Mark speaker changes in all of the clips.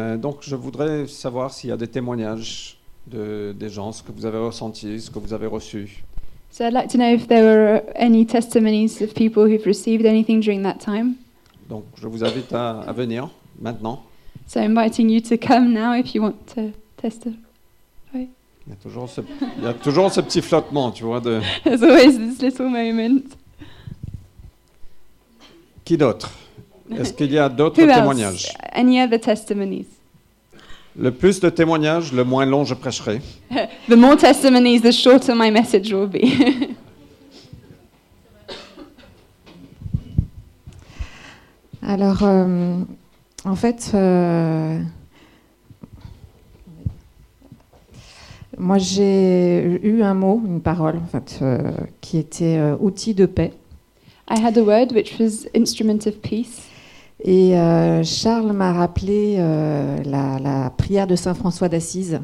Speaker 1: Euh, donc, je voudrais savoir s'il y a des témoignages de, des gens, ce que vous avez ressenti, ce que vous avez reçu.
Speaker 2: So I'd like to know if there were any testimonies of people who've received anything during that time.
Speaker 1: Donc, je vous invite à, à venir maintenant.
Speaker 2: So inviting you to come now if you want to testify.
Speaker 1: Il y a toujours ce, il y a toujours ce petit flottement, tu vois. De...
Speaker 2: There's always this little moment.
Speaker 1: Qui d'autre Est-ce qu'il y a d'autres
Speaker 2: Who
Speaker 1: témoignages
Speaker 2: else? Any other testimonies?
Speaker 1: Le plus de témoignages, le moins long je prêcherai.
Speaker 2: The more testimonies, the shorter my message will be.
Speaker 3: Alors, euh, en fait, euh, moi j'ai eu un mot, une parole, en fait, euh, qui était euh, outil de paix.
Speaker 2: I had a word which was instrument of peace.
Speaker 3: Et euh, Charles m'a rappelé euh, la, la prière de Saint François d'Assise,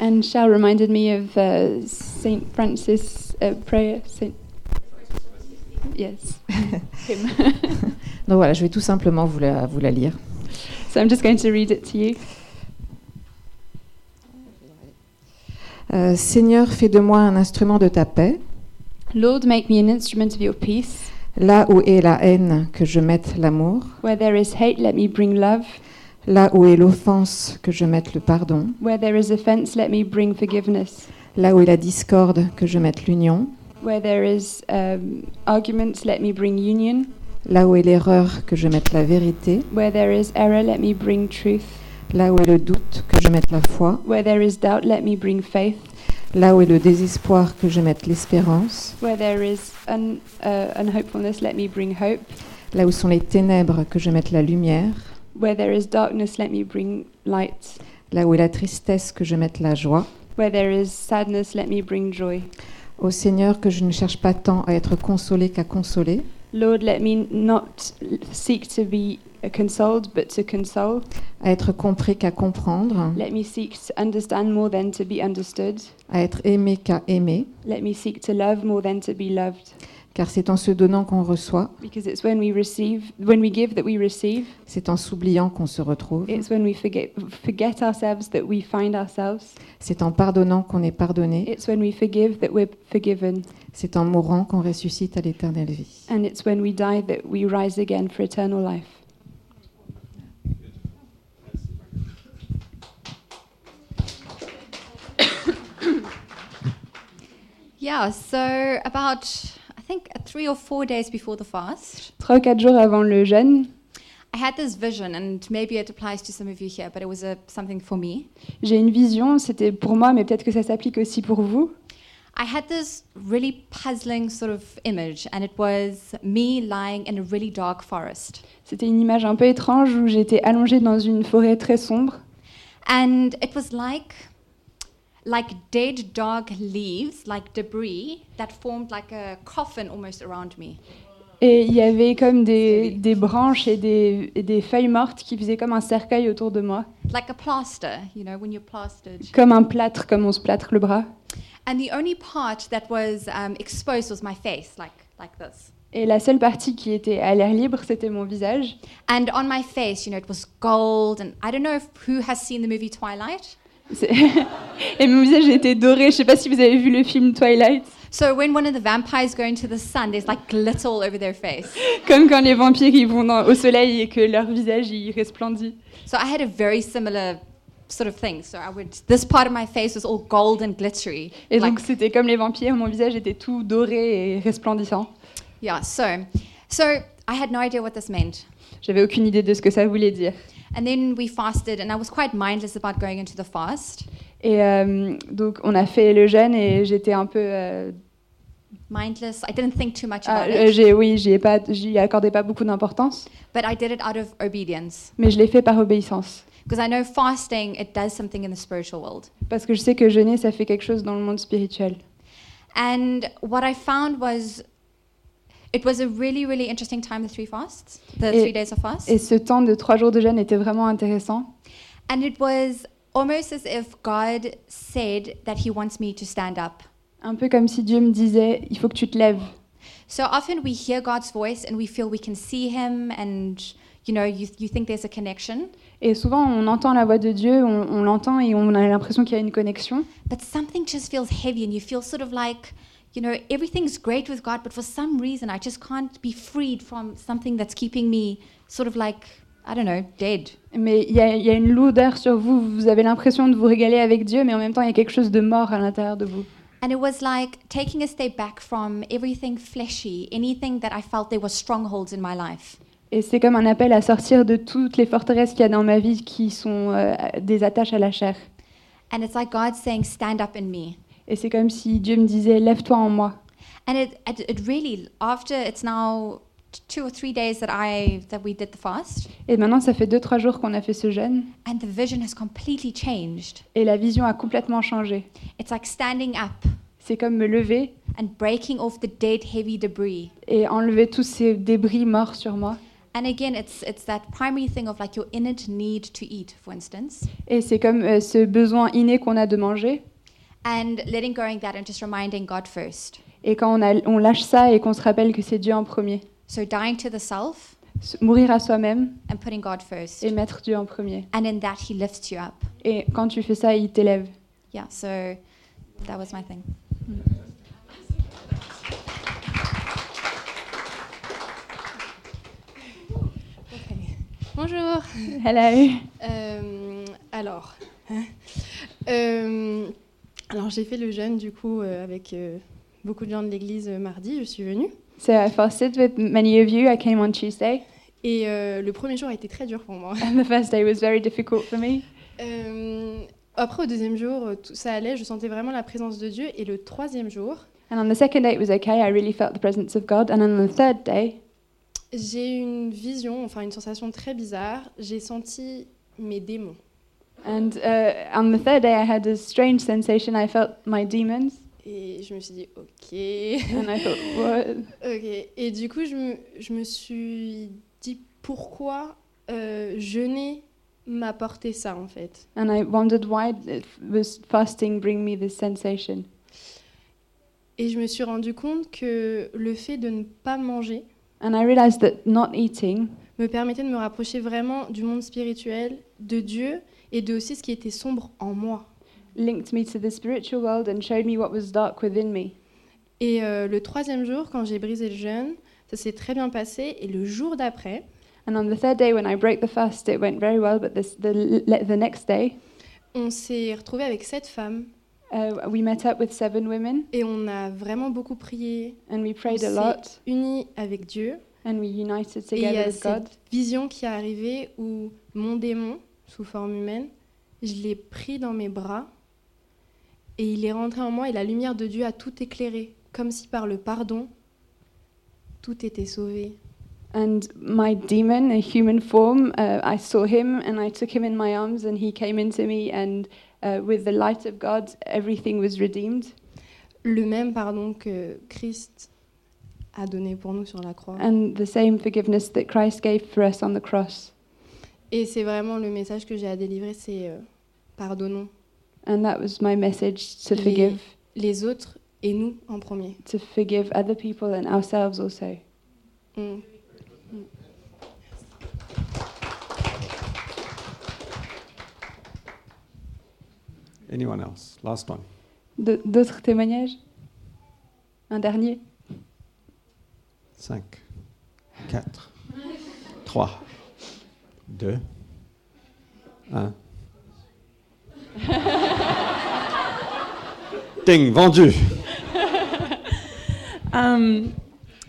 Speaker 2: And Shao reminded me of uh, St. Francis' uh, prayer. Saint yes. Him.
Speaker 3: Donc voilà, je vais tout simplement vous la, vous la lire.
Speaker 2: so I'm just going to read it to you.
Speaker 3: Euh, Seigneur, fais de moi un instrument de ta paix,
Speaker 2: Lord, make me an instrument of your peace.
Speaker 3: là où est la haine, que je mette l'amour,
Speaker 2: Where there is hate, let me bring love.
Speaker 3: là où est l'offense, que je mette le pardon,
Speaker 2: Where there is offense, let me bring forgiveness.
Speaker 3: là où est la discorde, que je mette l'union,
Speaker 2: Where there is um, arguments, let me bring union.
Speaker 3: là où est l'erreur, que je mette la vérité,
Speaker 2: Where there is error, let me bring truth.
Speaker 3: là où est le doute, que je mette la foi,
Speaker 2: Where there is doubt, let me bring faith.
Speaker 3: là où est le désespoir, que je mette l'espérance,
Speaker 2: Where there is un, uh, unhopefulness, let me bring hope.
Speaker 3: là où sont les ténèbres, que je mette la lumière,
Speaker 2: Where there is darkness, let me bring light.
Speaker 3: là où est la tristesse, que je mette la joie.
Speaker 2: Where there is sadness, let me bring joy.
Speaker 3: Ô Seigneur, que je ne cherche pas tant à être consolé qu'à consoler,
Speaker 2: Lord, let me not l- seek to be uh, consoled, but to console.
Speaker 3: à être compris qu'à comprendre,
Speaker 2: Let me seek to understand more than to be understood.
Speaker 3: à être aimé qu'à aimer,
Speaker 2: Let me seek to love more than to be loved.
Speaker 3: car c'est en se donnant qu'on reçoit,
Speaker 2: Because it's when we receive, when we give that we receive.
Speaker 3: c'est en s'oubliant qu'on se retrouve,
Speaker 2: It's when we forget, forget ourselves that we find ourselves.
Speaker 3: c'est en pardonnant qu'on est pardonné,
Speaker 2: It's when we forgive that we're forgiven.
Speaker 3: c'est en mourant qu'on ressuscite à l'éternelle vie.
Speaker 2: And it's when we die that we rise again for eternal life.
Speaker 4: Yeah, so about I think three or four days before the fast,
Speaker 2: Trois, quatre jours avant le jeûne,
Speaker 4: I had this vision, and maybe it applies to some of you here, but it was a, something for me.
Speaker 2: j'ai une vision, c'était pour moi, mais peut-être que ça s'applique aussi pour vous.
Speaker 4: I had this really puzzling sort of image, and it was me lying in a really dark forest.
Speaker 2: C'était une image un peu étrange où j'étais allongée dans une forêt très sombre.
Speaker 4: And it was like like dead dark leaves, like debris that formed like a coffin almost around me.
Speaker 2: Et il y avait comme des, des branches et des, et des feuilles mortes qui faisaient comme un cercueil autour de moi.
Speaker 4: Like a plaster, you know, when you're plastered.
Speaker 2: Comme un plâtre, comme on se plâtre le bras.
Speaker 4: And the only part that was um, exposed was my face, like like this.
Speaker 2: Et la seule partie qui était à l'air libre, c'était mon visage.
Speaker 4: And on my face, you know, it was gold. And I don't know if who has seen the movie Twilight.
Speaker 2: C'est- Et mon visage était doré. Je sais pas si vous avez vu le film Twilight.
Speaker 4: So when one of the vampires go into the sun, there's like glitter all over their face.
Speaker 2: Comme quand les vampires ils vont dans- au soleil et que leur visage y resplendit.
Speaker 4: So I had a very similar sort of thing. So I would, this part of my face was all gold and glittery.
Speaker 2: Et
Speaker 4: like,
Speaker 2: donc c'était comme les vampires, mon visage était tout doré et resplendissant.
Speaker 4: yeah, so, so I had no idea what this meant.
Speaker 2: J'avais aucune idée de ce que ça voulait dire.
Speaker 4: And then we fasted, and I was quite mindless about going into the fast.
Speaker 2: Et euh, donc on a fait le jeûne et j'étais un peu, euh,
Speaker 4: Mindless, I didn't think too much
Speaker 2: ah,
Speaker 4: about
Speaker 2: euh,
Speaker 4: it,
Speaker 2: j'ai, oui, j'y ai pas, j'y accordais pas beaucoup d'importance,
Speaker 4: but I did it out of obedience.
Speaker 2: mais je l'ai fait par obéissance
Speaker 4: Because I know fasting, it does something in the spiritual world.
Speaker 2: parce que je sais que jeûner ça fait quelque chose dans le monde spirituel.
Speaker 4: And what I found was it was a really, really interesting time, the three fasts, the
Speaker 2: Et-
Speaker 4: three days of fast.
Speaker 2: Et ce temps de trois jours de jeûne était vraiment intéressant.
Speaker 4: And it was almost as if God said that He wants me to stand up.
Speaker 2: Un peu comme si Dieu me disait, il faut que tu te lèves.
Speaker 4: So often we hear God's voice and we feel we can see Him and you know, you, you think there's a connection.
Speaker 2: Et souvent, on entend la voix de Dieu, on, on l'entend et on a l'impression qu'il y a une connexion.
Speaker 4: But something just feels heavy, and you feel sort of like, you know, everything's great with God, but for some reason, I just can't be freed from something that's keeping me sort of like, I don't know, dead.
Speaker 2: Mais il y, a- il y a une lourdeur sur vous, vous avez l'impression de vous régaler avec Dieu, mais en même temps, il y a quelque chose de mort à l'intérieur de vous.
Speaker 4: And it was like taking a step back from everything fleshy, anything that I felt there were strongholds in my life.
Speaker 2: Et c'est comme un appel à sortir de toutes les forteresses qu'il y a dans ma vie qui sont euh, des attaches à la chair.
Speaker 4: And it's like God saying, Stand up in me.
Speaker 2: Et c'est comme si Dieu me disait, lève-toi en moi.
Speaker 4: And it, it, it really, after it's now t- two or three days that I that we did the fast,
Speaker 2: Et maintenant, ça fait deux, trois jours qu'on a fait ce jeûne,
Speaker 4: and the vision has completely changed.
Speaker 2: et la vision a complètement changé.
Speaker 4: It's like standing up
Speaker 2: C'est comme me lever
Speaker 4: and breaking off the dead, heavy debris.
Speaker 2: et enlever tous ces débris morts sur moi.
Speaker 4: And again, it's it's that primary thing of like your innate need to eat, for instance,
Speaker 2: Et c'est comme euh, ce besoin inné qu'on a de manger.
Speaker 4: and letting go of that and just reminding God first.
Speaker 2: Et quand on, a- on lâche ça et qu'on se rappelle que c'est Dieu en premier.
Speaker 4: So dying to the self
Speaker 2: Se- Mourir à soi-même
Speaker 4: and putting God first.
Speaker 2: et mettre Dieu en premier.
Speaker 4: And in that, He lifts you up.
Speaker 2: Et quand tu fais ça, il t'élève.
Speaker 4: Yeah. So that was my thing.
Speaker 5: Bonjour.
Speaker 2: Elle a eu.
Speaker 5: Euh, alors, hein, Euh, alors j'ai fait le jeûne du coup euh, avec euh, beaucoup de gens de l'église euh, mardi. Je suis venue
Speaker 2: So I fasted with many of you. I came on Tuesday,
Speaker 5: et euh, le premier jour a été très dur pour moi.
Speaker 2: and the first day was very difficult for me.
Speaker 5: Euh, après au deuxième jour, euh, tout ça allait. Je sentais vraiment la présence de Dieu. Et le troisième jour,
Speaker 2: And on the second day, it was okay. I really felt the presence of God. And on the third day,
Speaker 5: j'ai eu une vision, enfin une sensation très bizarre. J'ai senti mes démons.
Speaker 2: and uh, on the third day, I had a strange sensation. I felt my demons,
Speaker 5: Et je me suis dit, ok.
Speaker 2: and I thought, what?
Speaker 5: Ok, et du coup, je me, je me suis dit pourquoi euh, jeûner m'apportait ça en fait.
Speaker 2: And I wondered why it was fasting bring me this sensation.
Speaker 5: Et je me suis rendu compte que le fait de ne pas manger
Speaker 2: And I realized that not eating
Speaker 5: me permettait de me rapprocher vraiment du monde spirituel, de Dieu et de aussi ce qui était sombre en moi.
Speaker 2: linked me to the spiritual world and showed me what was dark within me.
Speaker 5: Et euh, le troisième jour, quand j'ai brisé le jeûne, ça s'est très bien passé. Et le jour d'après,
Speaker 2: And on the third day, when I broke the fast, it went very well. But this, the, le- the next day,
Speaker 5: on s'est retrouvé avec sept femmes
Speaker 2: uh, we met up with seven women
Speaker 5: et on a vraiment beaucoup prié,
Speaker 2: and we prayed a
Speaker 5: See.
Speaker 2: lot
Speaker 5: unis avec Dieu.
Speaker 2: and we united
Speaker 5: Et il y
Speaker 2: together
Speaker 5: a
Speaker 2: with God.
Speaker 5: cette vision qui est arrivée où mon démon, sous forme humaine, je l'ai pris dans mes bras et il est rentré en moi et la lumière de Dieu a tout éclairé, comme si par le pardon, tout était sauvé.
Speaker 2: And my demon, a human form, uh, I saw him and I took him in my arms and he came into me. And uh, with the light of God, everything was redeemed.
Speaker 5: Le même pardon que Christ a donné pour nous sur la croix.
Speaker 2: And the same forgiveness that Christ gave for us on the cross.
Speaker 5: Et c'est vraiment le message que j'ai à délivrer, c'est euh, pardonnons
Speaker 2: And that was my message to
Speaker 5: Les-
Speaker 2: forgive,
Speaker 5: les autres et nous en premier.
Speaker 2: to forgive other people and ourselves also.
Speaker 5: On-
Speaker 1: Anyone else? Last one.
Speaker 2: D- D'autres témoignages Un dernier
Speaker 1: 5, 4, 3, 2, 1. Ding, vendu.
Speaker 6: Um,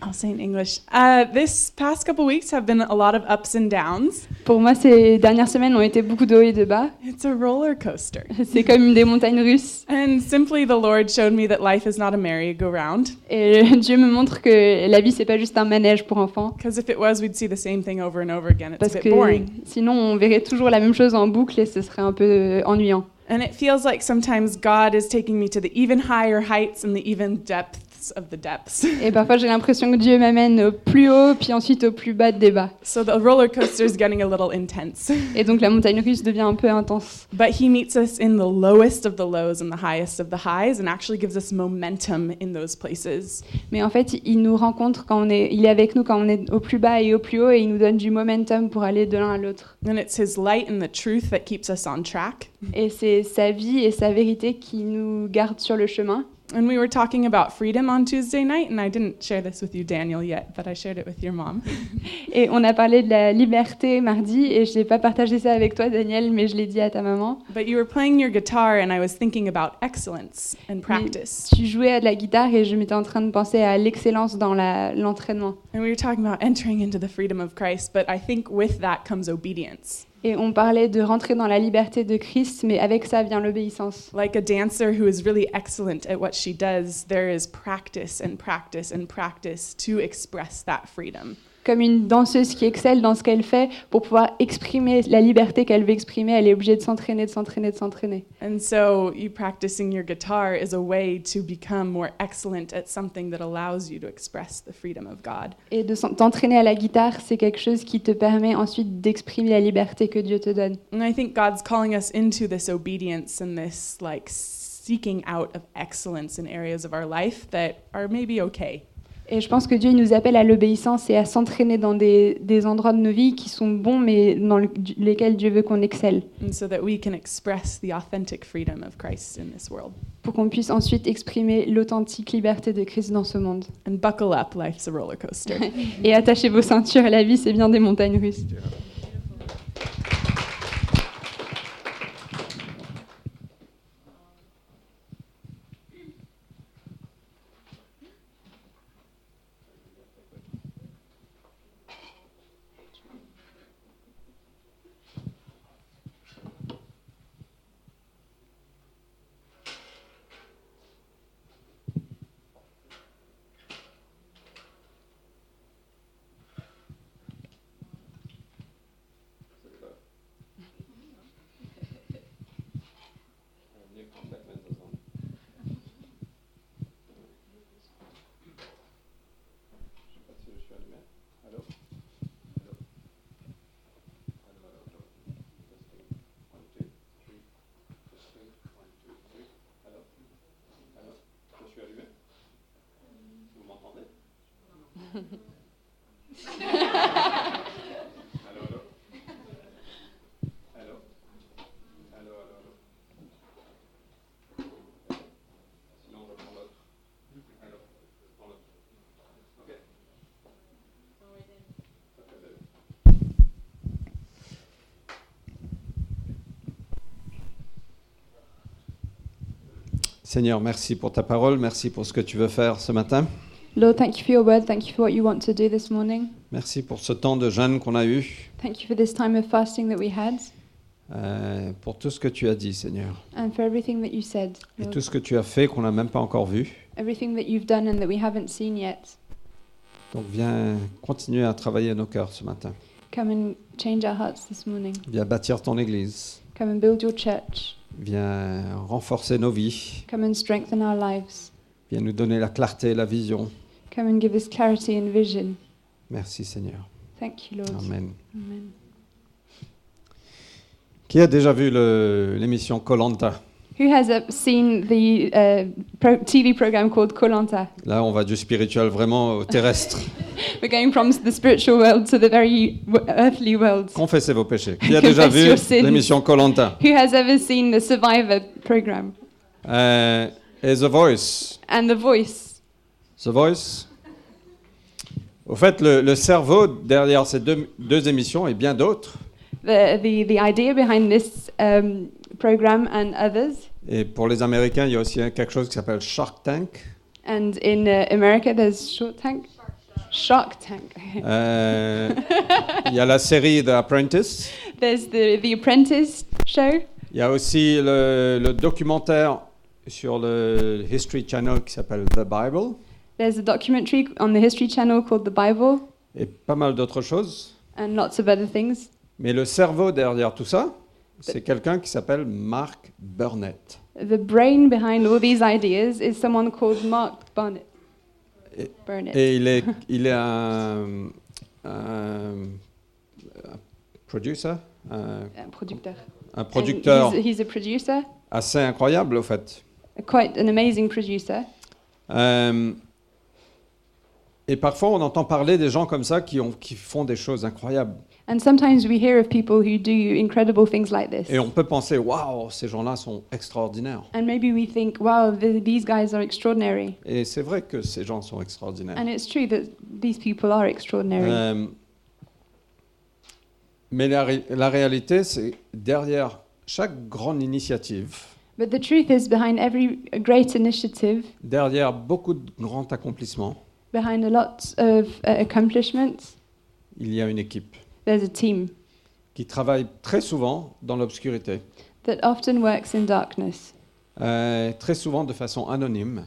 Speaker 6: I'll say in English. Uh, this past couple weeks have been a lot of ups and downs.
Speaker 2: Pour moi, ces dernières semaines ont été beaucoup de hauts et de bas.
Speaker 6: It's a roller coaster.
Speaker 2: C'est comme des montagnes russes.
Speaker 6: And simply, the Lord showed me that life is not a merry-go-round,
Speaker 2: Et Dieu me montre que la vie, c'est pas juste un manège pour enfants.
Speaker 6: because if it was, we'd see the same thing over and over again. It's
Speaker 2: Parce
Speaker 6: a
Speaker 2: que
Speaker 6: bit boring.
Speaker 2: sinon, on verrait toujours la même chose en boucle et ce serait un peu euh, ennuyant.
Speaker 6: And it feels like sometimes God is taking me to the even higher heights and the even depths depths of the depths.
Speaker 2: Et parfois, j'ai l'impression que Dieu m'amène au plus haut, puis ensuite au plus bas des bas.
Speaker 6: So the roller coaster is getting a little intense.
Speaker 2: Et donc, la montagne russe devient un peu intense.
Speaker 6: But he meets us in the lowest of the lows and the highest of the highs and actually gives us momentum in those places.
Speaker 2: Mais en fait, il nous rencontre quand on est, il est avec nous quand on est au plus bas et au plus haut, et il nous donne du momentum pour aller de l'un à l'autre.
Speaker 6: And it's his light and the truth that keeps us on track.
Speaker 2: Et c'est sa vie et sa vérité qui nous gardent sur le chemin.
Speaker 6: And we were talking about freedom on Tuesday night, and I didn't share this with you, Daniel, yet, but I shared it with your mom.
Speaker 2: Et on a parlé de la liberté mardi, et je n'ai pas partagé ça avec toi, Daniel, mais je l'ai dit à ta maman.
Speaker 6: But you were playing your guitar, and I was thinking about excellence and practice.
Speaker 2: Tu jouais à de la guitare et je m'étais en train de penser à l'excellence dans la- l'entraînement.
Speaker 6: And we were talking about entering into the freedom of Christ, but I think with that comes obedience.
Speaker 2: Et on parlait de rentrer dans la liberté de Christ, mais avec ça vient l'obéissance.
Speaker 6: Like a dancer who is really excellent at what she does, there is practice and practice and practice to express that freedom.
Speaker 2: Comme une danseuse qui excelle dans ce qu'elle fait, pour pouvoir exprimer la liberté qu'elle veut exprimer, elle est obligée de s'entraîner, de s'entraîner, de s'entraîner.
Speaker 6: And so, you practicing your guitar is a way to become more excellent at something that allows you to express the freedom of God.
Speaker 2: Et de s'en- t'entraîner à la guitare, c'est quelque chose qui te permet ensuite d'exprimer la liberté que Dieu te donne.
Speaker 6: And I think God's calling us into this obedience and this like seeking out of excellence in areas of our life that are maybe okay.
Speaker 2: Et je pense que Dieu il nous appelle à l'obéissance et à s'entraîner dans des, des endroits de nos vies qui sont bons, mais dans le- du- lesquels Dieu veut qu'on excelle,
Speaker 6: And so that we can express the authentic freedom of Christ in this world.
Speaker 2: pour qu'on puisse ensuite exprimer l'authentique liberté de Christ dans ce monde.
Speaker 6: And buckle up, life's a roller coaster.
Speaker 2: Et attachez vos ceintures, la vie, c'est bien des montagnes russes.
Speaker 1: Seigneur, merci pour ta parole, merci pour ce que tu veux faire ce matin.
Speaker 2: Lord, thank you for your word. Thank you for what you want to do this morning.
Speaker 1: Merci pour ce temps de jeûne qu'on a eu,
Speaker 2: Thank you for this time of fasting that we had
Speaker 1: euh, pour tout ce que tu as dit, Seigneur,
Speaker 2: and for everything that you said.
Speaker 1: et
Speaker 2: Lord.
Speaker 1: tout ce que tu as fait qu'on n'a même pas encore vu.
Speaker 2: Everything that you've done and that we haven't seen yet.
Speaker 1: Donc viens continuer à travailler nos cœurs ce matin.
Speaker 2: Come and change our hearts this morning.
Speaker 1: Viens bâtir ton Église.
Speaker 2: Come and build your church.
Speaker 1: Viens renforcer nos vies.
Speaker 2: Come and strengthen our lives.
Speaker 1: Viens nous donner la clarté et la vision.
Speaker 2: Come and give us clarity and vision.
Speaker 1: Merci, Seigneur.
Speaker 2: Thank you, Lord.
Speaker 1: Amen.
Speaker 2: Amen.
Speaker 1: Qui a déjà vu le- l'émission Colanta
Speaker 2: Who has uh, seen the uh, pro- TV program called Kolanta?
Speaker 1: Là, on va du spirituel vraiment au terrestre.
Speaker 2: We're going from the spiritual world to the very w- earthly world.
Speaker 1: Confessez vos péchés. Qui a déjà
Speaker 2: Confess
Speaker 1: vu
Speaker 2: your sins.
Speaker 1: l'émission Colanta
Speaker 2: Who has ever seen the Survivor program
Speaker 1: euh, Et The Voice
Speaker 2: and The Voice?
Speaker 1: The Voice Au fait, le, le cerveau derrière ces deux, deux émissions et bien d'autres,
Speaker 2: The, the, the idea behind this um, program and others,
Speaker 1: et pour les Américains, il y a aussi quelque chose qui s'appelle Shark Tank.
Speaker 2: and in uh, America there's Shark Tank, Shark Tank.
Speaker 1: Euh, il y a la série The Apprentice.
Speaker 2: there's the, the Apprentice show,
Speaker 1: Il y a aussi le, le documentaire sur le History Channel qui s'appelle The Bible
Speaker 2: there's a documentary on the History Channel called The Bible,
Speaker 1: et pas mal d'autres choses.
Speaker 2: and lots of other things.
Speaker 1: Mais le cerveau derrière tout ça, c'est quelqu'un qui s'appelle Mark Burnett.
Speaker 2: The brain behind all these ideas is someone called Mark Barnett.
Speaker 1: Et,
Speaker 2: burn it.
Speaker 1: et il est, il est un, un- un producer, un,
Speaker 2: Uh, producteur.
Speaker 1: un
Speaker 2: And
Speaker 1: producteur
Speaker 2: He's, he's a producer,
Speaker 1: assez incroyable, au fait.
Speaker 2: quite an amazing producer.
Speaker 1: Euh, et parfois, on entend parler des gens comme ça qui, ont, qui font des choses incroyables.
Speaker 2: And sometimes we hear of people who do incredible things like this.
Speaker 1: Et on peut penser, waouh, ces gens-là sont extraordinaires.
Speaker 2: And maybe we think, wow, th- these guys are extraordinary.
Speaker 1: Et c'est vrai que ces gens sont extraordinaires.
Speaker 2: And it's true that these people are extraordinary.
Speaker 1: Euh, mais la, ré- la réalité, c'est derrière chaque grande initiative,
Speaker 2: but the truth is, behind every great initiative,
Speaker 1: derrière beaucoup de grands accomplissements,
Speaker 2: behind a lot of uh, accomplishments,
Speaker 1: il y a une équipe
Speaker 2: there's a team
Speaker 1: qui travaille très souvent dans l'obscurité,
Speaker 2: that often works in darkness.
Speaker 1: euh, très souvent de façon anonyme.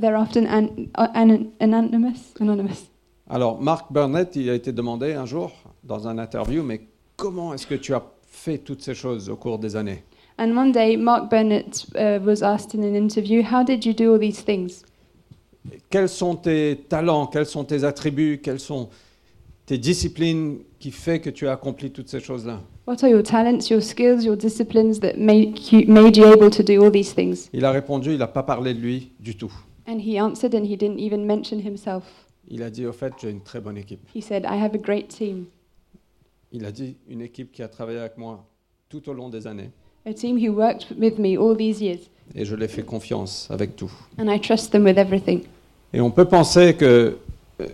Speaker 2: They're often an- uh, an- anonymous. Anonymous.
Speaker 1: Alors, Mark Burnett, il a été demandé un jour, dans un interview, mais comment est-ce que tu as fait toutes ces choses au cours des années
Speaker 2: And one day, Mark Burnett uh, was asked in an interview, How did you do all these things?
Speaker 1: Quels sont tes talents Quels sont tes attributs Quelles sont tes disciplines qui fait que tu as accompli toutes ces choses-là
Speaker 2: What are your talents, your skills, your disciplines that make you, made you able to do all these things?
Speaker 1: Il a répondu, il n'a pas parlé de lui du tout.
Speaker 2: And he answered, and he didn't even mention himself.
Speaker 1: Il a dit, au fait, j'ai une très bonne équipe.
Speaker 2: He said, I have a great team,
Speaker 1: Il a dit, une équipe qui a travaillé avec moi tout au long des années.
Speaker 2: a team who worked with me all these years,
Speaker 1: Et je l'ai fait confiance avec tout.
Speaker 2: and I trust them with everything.
Speaker 1: Et on peut penser que, euh,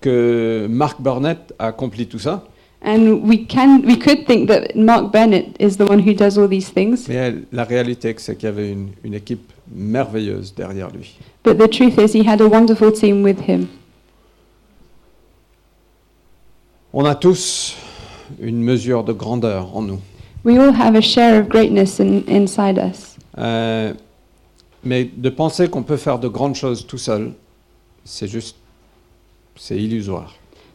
Speaker 1: que Mark Burnett a accompli tout ça,
Speaker 2: And we, can, we could think that Mark Burnett is the one who does all these things,
Speaker 1: mais elle- la réalité, c'est qu'il y avait une, une équipe merveilleuse derrière lui.
Speaker 2: but the truth is, he had a wonderful team with him.
Speaker 1: On a tous une mesure de grandeur en nous.
Speaker 2: We all have a share of greatness in, inside us.
Speaker 1: Euh, mais de penser qu'on peut faire de grandes choses tout seul, c'est juste, c'est illusoire.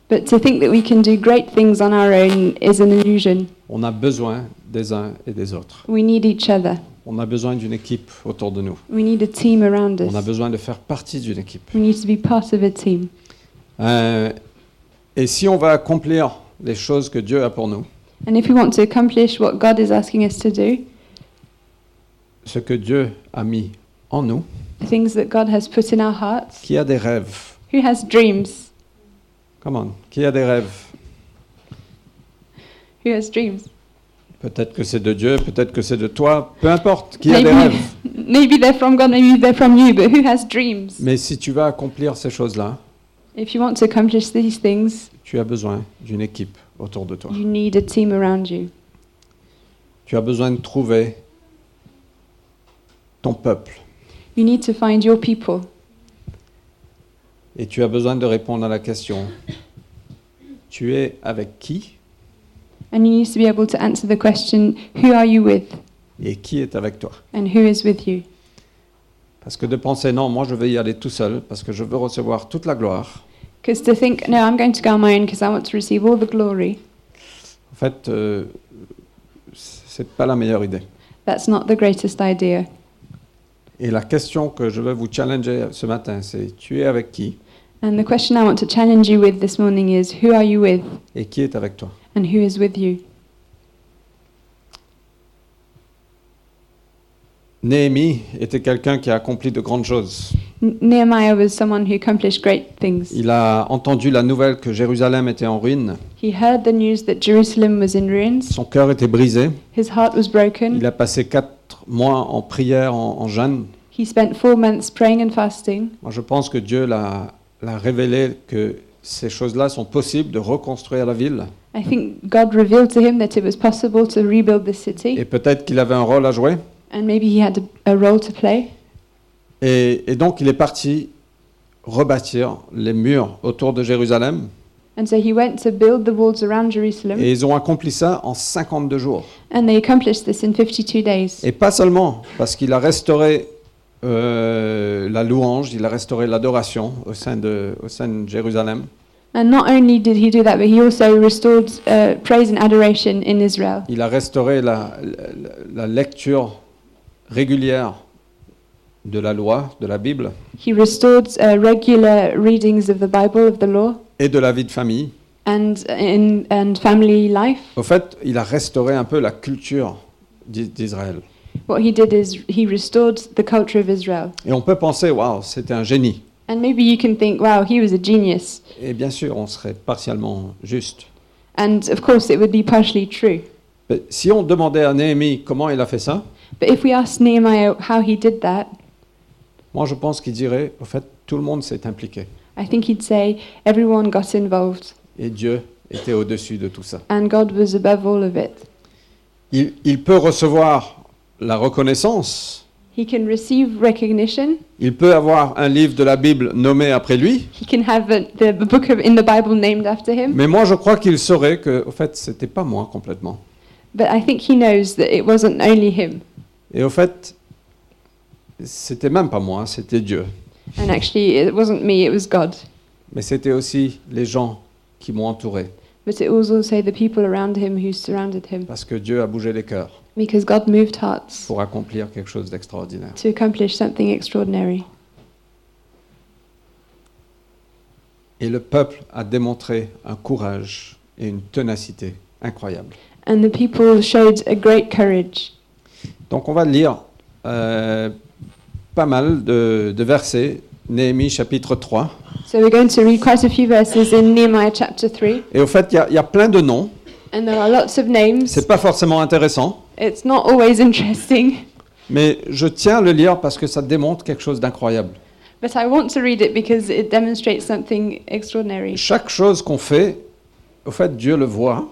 Speaker 2: But to think that we can do great things on our own is an illusion.
Speaker 1: On a besoin des uns et des autres.
Speaker 2: We need each other.
Speaker 1: On a besoin d'une équipe autour de nous.
Speaker 2: We need a team around
Speaker 1: On a
Speaker 2: us.
Speaker 1: besoin de faire partie d'une équipe.
Speaker 2: We need to be part of a team.
Speaker 1: Euh, et si on va accomplir les choses que Dieu a pour nous,
Speaker 2: And if we want to accomplish what God is asking us to do,
Speaker 1: ce que Dieu a mis en nous,
Speaker 2: the things that God has put in our hearts,
Speaker 1: qui a des rêves,
Speaker 2: who has dreams?
Speaker 1: come on, qui a des rêves,
Speaker 2: Who has dreams?
Speaker 1: peut-être que c'est de Dieu, peut-être que c'est de toi, peu importe, qui a des
Speaker 2: Maybe.
Speaker 1: rêves.
Speaker 2: Maybe they're from God, maybe they're from you, but who has dreams?
Speaker 1: Mais si tu vas accomplir ces choses-là,
Speaker 2: If you want to accomplish these things,
Speaker 1: tu as besoin d'une équipe autour de toi.
Speaker 2: you need a team around you.
Speaker 1: Tu as besoin de trouver ton peuple
Speaker 2: You need to find your people,
Speaker 1: et tu as besoin de répondre à la question, tu es avec qui
Speaker 2: and you need to be able to answer the question, who are you with,
Speaker 1: et qui est avec toi
Speaker 2: and who is with you?
Speaker 1: Parce que de penser, non, moi je vais y aller tout seul, parce que je veux recevoir toute la gloire.
Speaker 2: Because to think, no, I'm going to go on my own because I want to receive all the glory,
Speaker 1: En fait, euh, c'est pas la meilleure idée.
Speaker 2: that's not the greatest idea.
Speaker 1: Et la question que je veux vous challenger ce matin, c'est tu es avec qui
Speaker 2: And the question I want to challenge you with this morning is, who are you with,
Speaker 1: et qui est avec toi
Speaker 2: and who is with you?
Speaker 1: Néhémie était quelqu'un qui a accompli de grandes choses.
Speaker 2: N- Nehemiah was someone who accomplished great things.
Speaker 1: Il a entendu la nouvelle que Jérusalem était en ruine.
Speaker 2: He heard the news that Jerusalem was in ruins.
Speaker 1: Son cœur était brisé.
Speaker 2: His heart was
Speaker 1: Il
Speaker 2: broken.
Speaker 1: a passé quatre mois en prière, en, en jeûne.
Speaker 2: He spent four months praying and fasting.
Speaker 1: Moi, je pense que Dieu l'a l'a révélé que ces choses-là sont possibles de reconstruire la ville.
Speaker 2: I think God revealed to him that it was possible to rebuild the
Speaker 1: Et
Speaker 2: city,
Speaker 1: peut-être qu'il avait un rôle à jouer.
Speaker 2: and maybe he had a, a role to play.
Speaker 1: Et, et donc il est parti rebâtir les murs autour de Jérusalem.
Speaker 2: And so he went to build the walls around Jerusalem,
Speaker 1: Et ils ont accompli ça en 52 jours.
Speaker 2: and they accomplished this in 52 days.
Speaker 1: Et pas seulement parce qu'il a restauré euh, la louange, il a restauré l'adoration au, sein de- au sein de Jérusalem.
Speaker 2: And not only did he do that, but he also restored uh, praise and adoration in Israel.
Speaker 1: Il a restauré la, la- la lecture régulière de la loi, de la Bible
Speaker 2: He restored uh, regular readings of the Bible, of the law,
Speaker 1: et de la vie de famille.
Speaker 2: and uh, in and family life.
Speaker 1: Au fait, il a restauré un peu la culture d'I- d'Israël.
Speaker 2: What he did is he restored the culture of Israel.
Speaker 1: Et on peut penser, waouh, c'était un génie.
Speaker 2: And maybe you can think, wow, he was a genius.
Speaker 1: Et bien sûr, on serait partiellement juste.
Speaker 2: And of course, it would be partially true.
Speaker 1: Mais si on demandait à Néhémie comment il a fait ça,
Speaker 2: But if we ask Nehemiah how he did that,
Speaker 1: moi je pense qu'il dirait, au fait, tout le monde s'est impliqué.
Speaker 2: I think he'd say everyone got involved
Speaker 1: Et Dieu était au-dessus de tout ça.
Speaker 2: and God was above all of it.
Speaker 1: Il, il peut recevoir la reconnaissance,
Speaker 2: He can receive recognition.
Speaker 1: il peut avoir un livre de la Bible nommé après lui,
Speaker 2: He can have a, the book of, in the Bible named after him.
Speaker 1: mais moi je crois qu'il saurait que, au fait, c'était pas moi complètement.
Speaker 2: But I think he knows that it wasn't only him.
Speaker 1: Et au fait, c'était même pas moi, c'était Dieu.
Speaker 2: And actually, it wasn't me, it was God.
Speaker 1: Mais c'était aussi les gens qui m'ont entouré,
Speaker 2: But it was also the people around him who surrounded him.
Speaker 1: parce que Dieu a bougé les cœurs
Speaker 2: Because God moved hearts
Speaker 1: pour accomplir quelque chose d'extraordinaire.
Speaker 2: to accomplish something extraordinary.
Speaker 1: Et le peuple a démontré un courage et une ténacité incroyables.
Speaker 2: And the people showed a great courage.
Speaker 1: Donc on va lire euh, pas mal de, de versets, Néhémie chapitre 3.
Speaker 2: So we're going to read quite a few verses in Nehemiah chapter 3.
Speaker 1: Et au fait, il y a- il y, a plein de noms.
Speaker 2: And there are lots of names.
Speaker 1: C'est pas forcément intéressant,
Speaker 2: It's not always interesting,
Speaker 1: mais je tiens à le lire parce que ça démontre quelque chose d'incroyable.
Speaker 2: but I want to read it because it demonstrates something extraordinary.
Speaker 1: Chaque chose qu'on fait, au fait, Dieu le voit.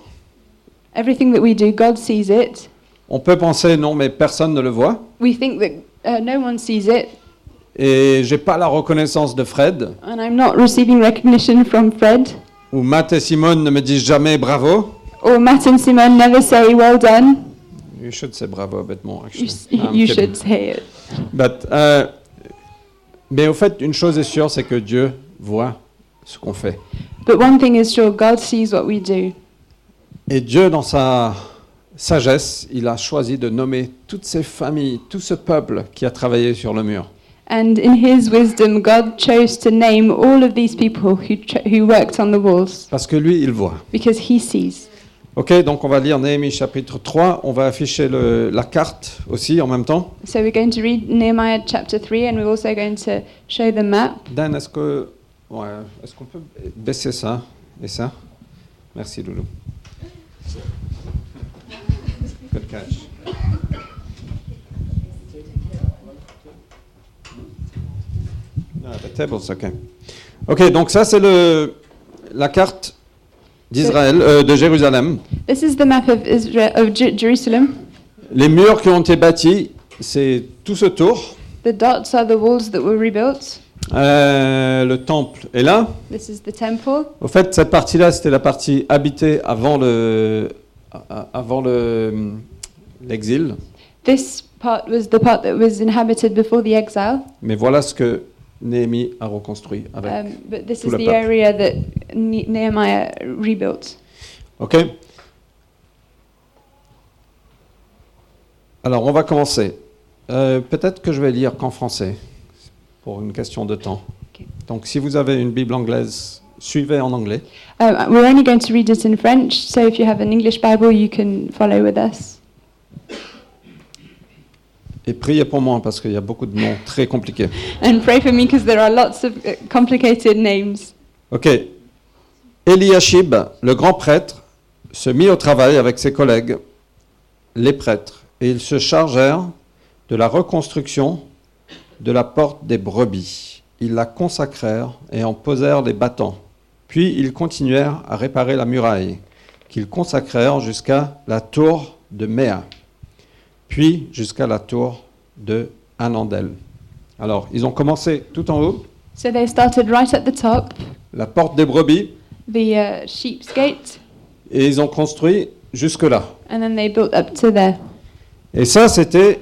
Speaker 2: Everything that we do, God sees it.
Speaker 1: On peut penser non, mais personne ne le voit.
Speaker 2: We think that uh, no one sees it,
Speaker 1: Et j'ai pas la reconnaissance de Fred
Speaker 2: and I'm not receiving recognition from Fred,
Speaker 1: ou Matt et Simone ne me disent jamais bravo.
Speaker 2: or Matt and Simon never say, Well done.
Speaker 1: You should say bravo, but more actually.
Speaker 2: You, s-
Speaker 1: I'm kidding.
Speaker 2: you should say it.
Speaker 1: But, euh, mais au fait, une chose est sûre, c'est que Dieu voit ce qu'on fait.
Speaker 2: But one thing is sure God sees what we do.
Speaker 1: Et Dieu, dans sa sagesse, il a choisi de nommer toutes ces familles, tout ce peuple qui a travaillé sur le mur.
Speaker 2: And in his wisdom, God chose to name all of these people who, cho- who worked on the walls
Speaker 1: Parce que lui, il voit.
Speaker 2: because he sees.
Speaker 1: Ok, donc on va lire Néhémie chapitre 3. On va afficher le- la carte aussi en même temps.
Speaker 2: So we're going to read Nehemiah chapter 3 and we're also going to show the map.
Speaker 1: Dan, est-ce que ouais, est-ce qu'on peut baisser ça et ça Merci Loulou. Good catch. No, Ah, the table's okay. Ok, donc ça c'est le la carte d'Israël, euh, de Jérusalem.
Speaker 2: This is the map of Israel, of Ju- Jerusalem.
Speaker 1: Les murs qui ont été bâtis, c'est tout ce tour.
Speaker 2: The dots are the walls that were rebuilt.
Speaker 1: Euh, le temple est là.
Speaker 2: This is the temple.
Speaker 1: Au fait, cette partie-là, c'était la partie habitée avant le a- avant le l'exil.
Speaker 2: This part was the part that was inhabited before the exile.
Speaker 1: Mais voilà ce que Néhémie a reconstruit avec.
Speaker 2: Um, but this
Speaker 1: tout
Speaker 2: is
Speaker 1: le
Speaker 2: the
Speaker 1: peuple.
Speaker 2: area that Ne- Nehemiah rebuilt.
Speaker 1: Ok. Alors, on va commencer. Euh, Peut-être que je vais lire qu'en français pour une question de temps.
Speaker 2: Ok.
Speaker 1: Donc, si vous avez une Bible anglaise, suivez en anglais.
Speaker 2: Um, we're only going to read it in French, so if you have an English Bible, you can follow with us.
Speaker 1: Et priez pour moi parce qu'il y a beaucoup de noms très compliqués.
Speaker 2: And pray for me because there are lots of uh, complicated names.
Speaker 1: Ok. Eliashib, le grand prêtre, se mit au travail avec ses collègues, les prêtres, et ils se chargèrent de la reconstruction de la porte des brebis. Ils la consacrèrent et en posèrent les battants. Puis ils continuèrent à réparer la muraille, qu'ils consacrèrent jusqu'à la tour de Méa, puis jusqu'à la tour de Anandel. Alors, ils ont commencé tout en haut,
Speaker 2: So they started right at the top,
Speaker 1: la porte des brebis,
Speaker 2: the uh, sheep's gate,
Speaker 1: Et ils ont construit jusque-là.
Speaker 2: and then they built up to there.
Speaker 1: Et ça, c'était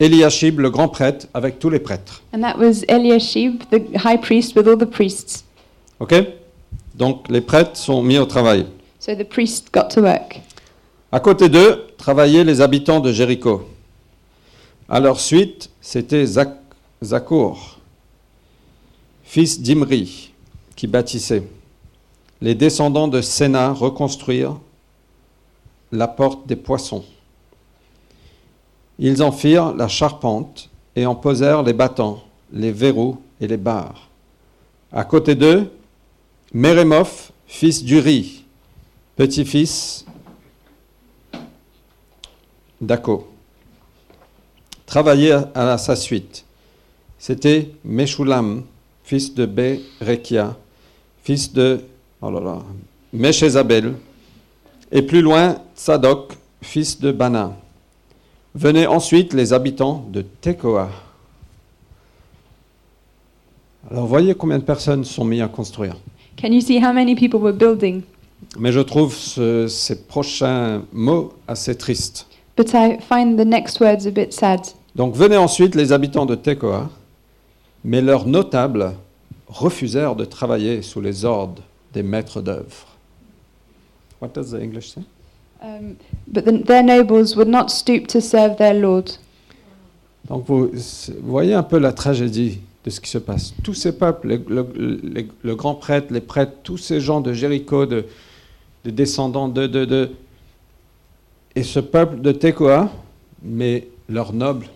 Speaker 1: Eliashib, le grand prêtre, avec tous les prêtres.
Speaker 2: And that was Eliashib, the high priest, with all the priests.
Speaker 1: OK Donc, les prêtres sont mis au travail.
Speaker 2: So the priests got to work.
Speaker 1: À côté d'eux, travaillaient les habitants de Jéricho. À leur suite, c'était Zac- Zakour, fils d'Imri, qui bâtissait. Les descendants de Séna reconstruirent la porte des poissons. Ils en firent la charpente et en posèrent les battants, les verrous et les barres. À côté d'eux, Mérémoph, fils d'Uri, petit-fils d'Ako, travaillait à sa suite. C'était Meshulam, fils de Berekia, fils de oh là là, Meshezabel, et plus loin Tsadok, fils de Bana. Venaient ensuite les habitants de Tekoa. Alors voyez combien de personnes sont mises à construire.
Speaker 2: Can you see how many people were building?
Speaker 1: Mais je trouve ce- ces prochains mots assez tristes.
Speaker 2: But I find the next words a bit sad.
Speaker 1: Donc venaient ensuite les habitants de Tekoa, mais leurs notables refusèrent de travailler sous les ordres des maîtres d'œuvre. What does the English say?
Speaker 2: Um, but the, their nobles would not stoop to serve their lord.
Speaker 1: Donc vous c'est- vous voyez un peu la tragédie de ce qui se passe. Tous ces peuples, le, le- le- le grand prêtre, les prêtres, tous ces gens de Jéricho, de, des descendants de, de, de... Et ce peuple de Tekoa, mais leurs nobles,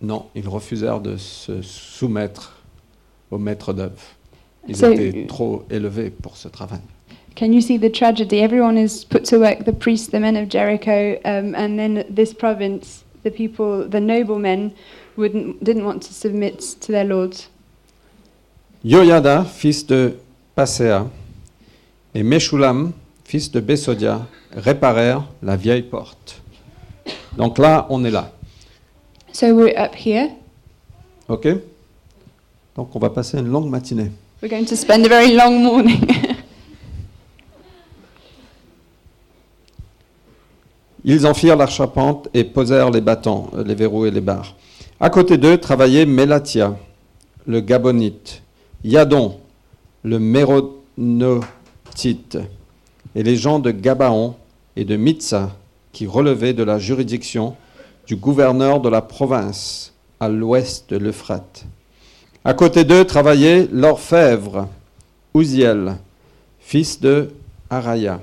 Speaker 1: non, ils refusèrent de se soumettre au maître d'œuvre. Ils
Speaker 2: So-
Speaker 1: étaient trop élevés pour ce travail.
Speaker 2: Can you see the tragedy? Everyone is put to work the priests, the men of Jericho, um, and then this province, the people, the noblemen, wouldn't, didn't want to submit to their lords.
Speaker 1: Yoyada, fils de Passéa, et Meshulam, fils de Bessodia, réparèrent la vieille porte. Donc là, on est là.
Speaker 2: So we're up here.
Speaker 1: OK Donc on va passer une longue matinée.
Speaker 2: We're going to spend a very long morning.
Speaker 1: Ils en firent la charpente et posèrent les bâtons, euh, les verrous et les barres. À côté d'eux travaillaient Mélatia, le Gabonite, Yadon, le Méronotite, et les gens de Gabaon et de Mitsa, qui relevaient de la juridiction du gouverneur de la province à l'ouest de l'Euphrate. À côté d'eux travaillait l'orfèvre, Ouziel, fils de Araya,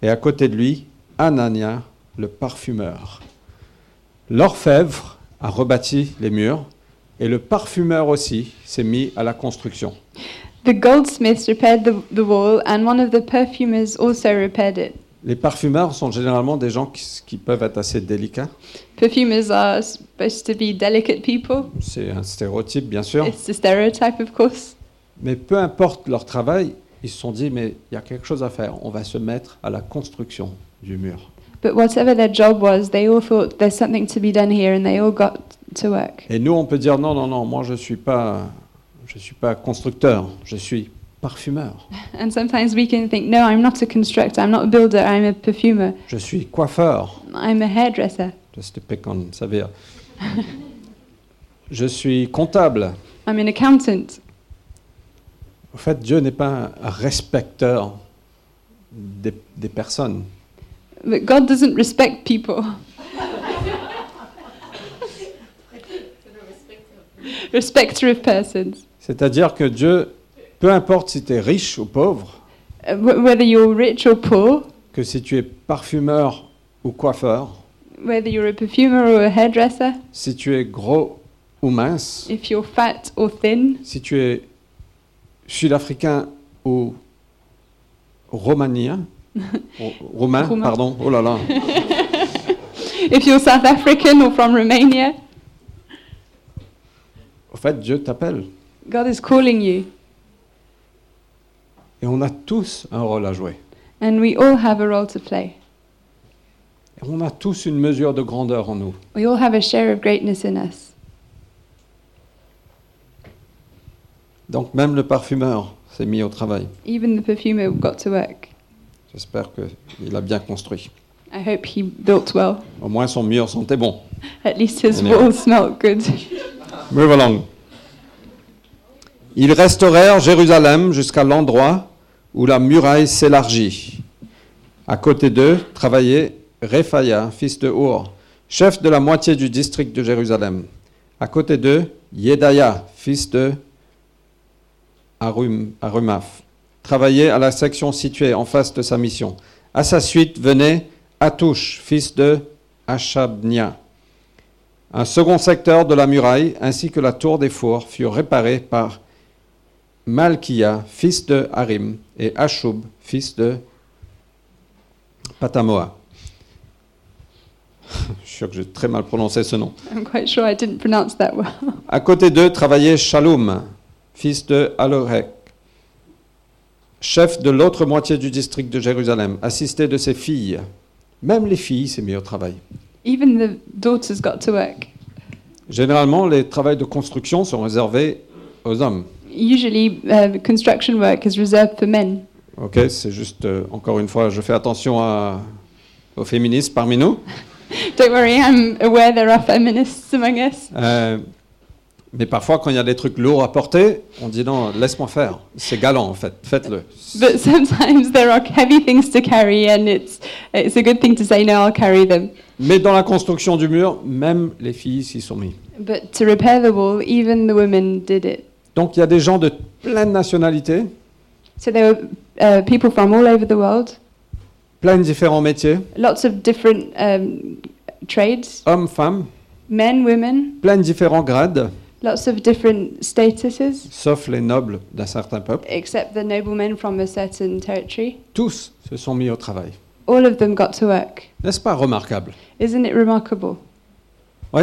Speaker 1: et à côté de lui, Anania, le parfumeur. L'orfèvre a rebâti les murs et le parfumeur aussi s'est mis à la construction.
Speaker 2: The goldsmiths repaired the, the wall, and one of the perfumers also repaired it.
Speaker 1: Les parfumeurs sont généralement des gens qui, qui peuvent être assez délicats.
Speaker 2: Perfumers are supposed to be delicate people.
Speaker 1: C'est un stéréotype, bien sûr.
Speaker 2: It's a stereotype, of course.
Speaker 1: Mais peu importe leur travail, ils se sont dit, mais il y a quelque chose à faire. On va se mettre à la construction du mur.
Speaker 2: But whatever their job was, they all thought there's something to be done here, and they all got to work.
Speaker 1: Et nous, on peut dire, non, non, non, moi, je ne suis, pas- je suis pas constructeur, je suis parfumeur,
Speaker 2: And sometimes we can think, no, I'm not a constructor, I'm not a builder, I'm a perfumer,
Speaker 1: je suis coiffeur.
Speaker 2: I'm a hairdresser,
Speaker 1: Just to pick on Xavier. Je suis comptable.
Speaker 2: I'm an accountant.
Speaker 1: En fait, Dieu n'est pas un respecteur des, des personnes.
Speaker 2: But God doesn't respect people. Respecter of persons.
Speaker 1: C'est-à-dire que Dieu, peu importe si tu es riche ou pauvre,
Speaker 2: Uh, wh- whether you're rich or poor,
Speaker 1: que si tu es parfumeur ou coiffeur,
Speaker 2: whether you're a perfumer or a hairdresser,
Speaker 1: si tu es gros ou mince,
Speaker 2: if you're fat or thin,
Speaker 1: si tu es sud-africain ou romanien, ro- roumain,
Speaker 2: Roumain.
Speaker 1: pardon, oh là là,
Speaker 2: if you're South African or from Romania,
Speaker 1: en fait, Dieu t'appelle.
Speaker 2: God is calling you.
Speaker 1: Et on a tous un rôle à jouer.
Speaker 2: And we all have a role to play.
Speaker 1: On a tous une mesure de grandeur en nous.
Speaker 2: We all have a share of greatness in us.
Speaker 1: Donc même le parfumeur s'est mis au travail.
Speaker 2: Even the perfumer got to work.
Speaker 1: J'espère qu'il a bien construit.
Speaker 2: I hope he built well.
Speaker 1: Au moins son mur sentait bon.
Speaker 2: At least his
Speaker 1: Anyway.
Speaker 2: walls smelt good.
Speaker 1: Move along. Ils restaurèrent Jérusalem jusqu'à l'endroit où la muraille s'élargit. À côté d'eux travaillait Rephaya, fils de Hur, chef de la moitié du district de Jérusalem. À côté d'eux, Yedaya, fils de Arum, Arumaf, travaillait à la section située en face de sa mission. À sa suite venait Atouch, fils de Achabnia. Un second secteur de la muraille ainsi que la tour des fours furent réparés par Malkia, fils de Harim, et Ashub, fils de Patamoa. je suis sûr que j'ai très mal prononcé ce nom.
Speaker 2: I'm quite sure I didn't pronounce that well.
Speaker 1: À côté d'eux travaillait Shalom, fils de Alorek, chef de l'autre moitié du district de Jérusalem, assisté de ses filles. Même les filles, c'est mieux au travail.
Speaker 2: Even the daughters got to work.
Speaker 1: Généralement, les travaux de construction sont réservés aux hommes.
Speaker 2: Usually, uh, construction work is reserved for men.
Speaker 1: Ok, c'est juste, euh, encore une fois, je fais attention à- aux féministes parmi nous.
Speaker 2: Don't worry, I'm aware there are feminists among us.
Speaker 1: Euh, mais parfois, quand il y a des trucs lourds à porter, on dit non, laisse-moi faire. C'est galant, en fait. Faites-le.
Speaker 2: But sometimes there are heavy things to carry, and it's, it's a good thing to say, no, I'll carry them.
Speaker 1: Mais dans la construction du mur, même les filles s'y sont mises.
Speaker 2: But to repair the wall, even the women did it.
Speaker 1: Donc, il y a des gens de pleine nationalité,
Speaker 2: So there were uh, people from all over the world,
Speaker 1: plein de différents métiers,
Speaker 2: lots of different um, trades,
Speaker 1: hommes, femmes,
Speaker 2: men, women,
Speaker 1: plein de différents grades,
Speaker 2: lots of different statuses,
Speaker 1: sauf les nobles d'un certain peuple.
Speaker 2: except the noblemen from a certain territory.
Speaker 1: Tous se sont mis au travail.
Speaker 2: All of them got to work.
Speaker 1: N'est-ce pas remarquable
Speaker 2: Isn't it remarkable?
Speaker 1: Oui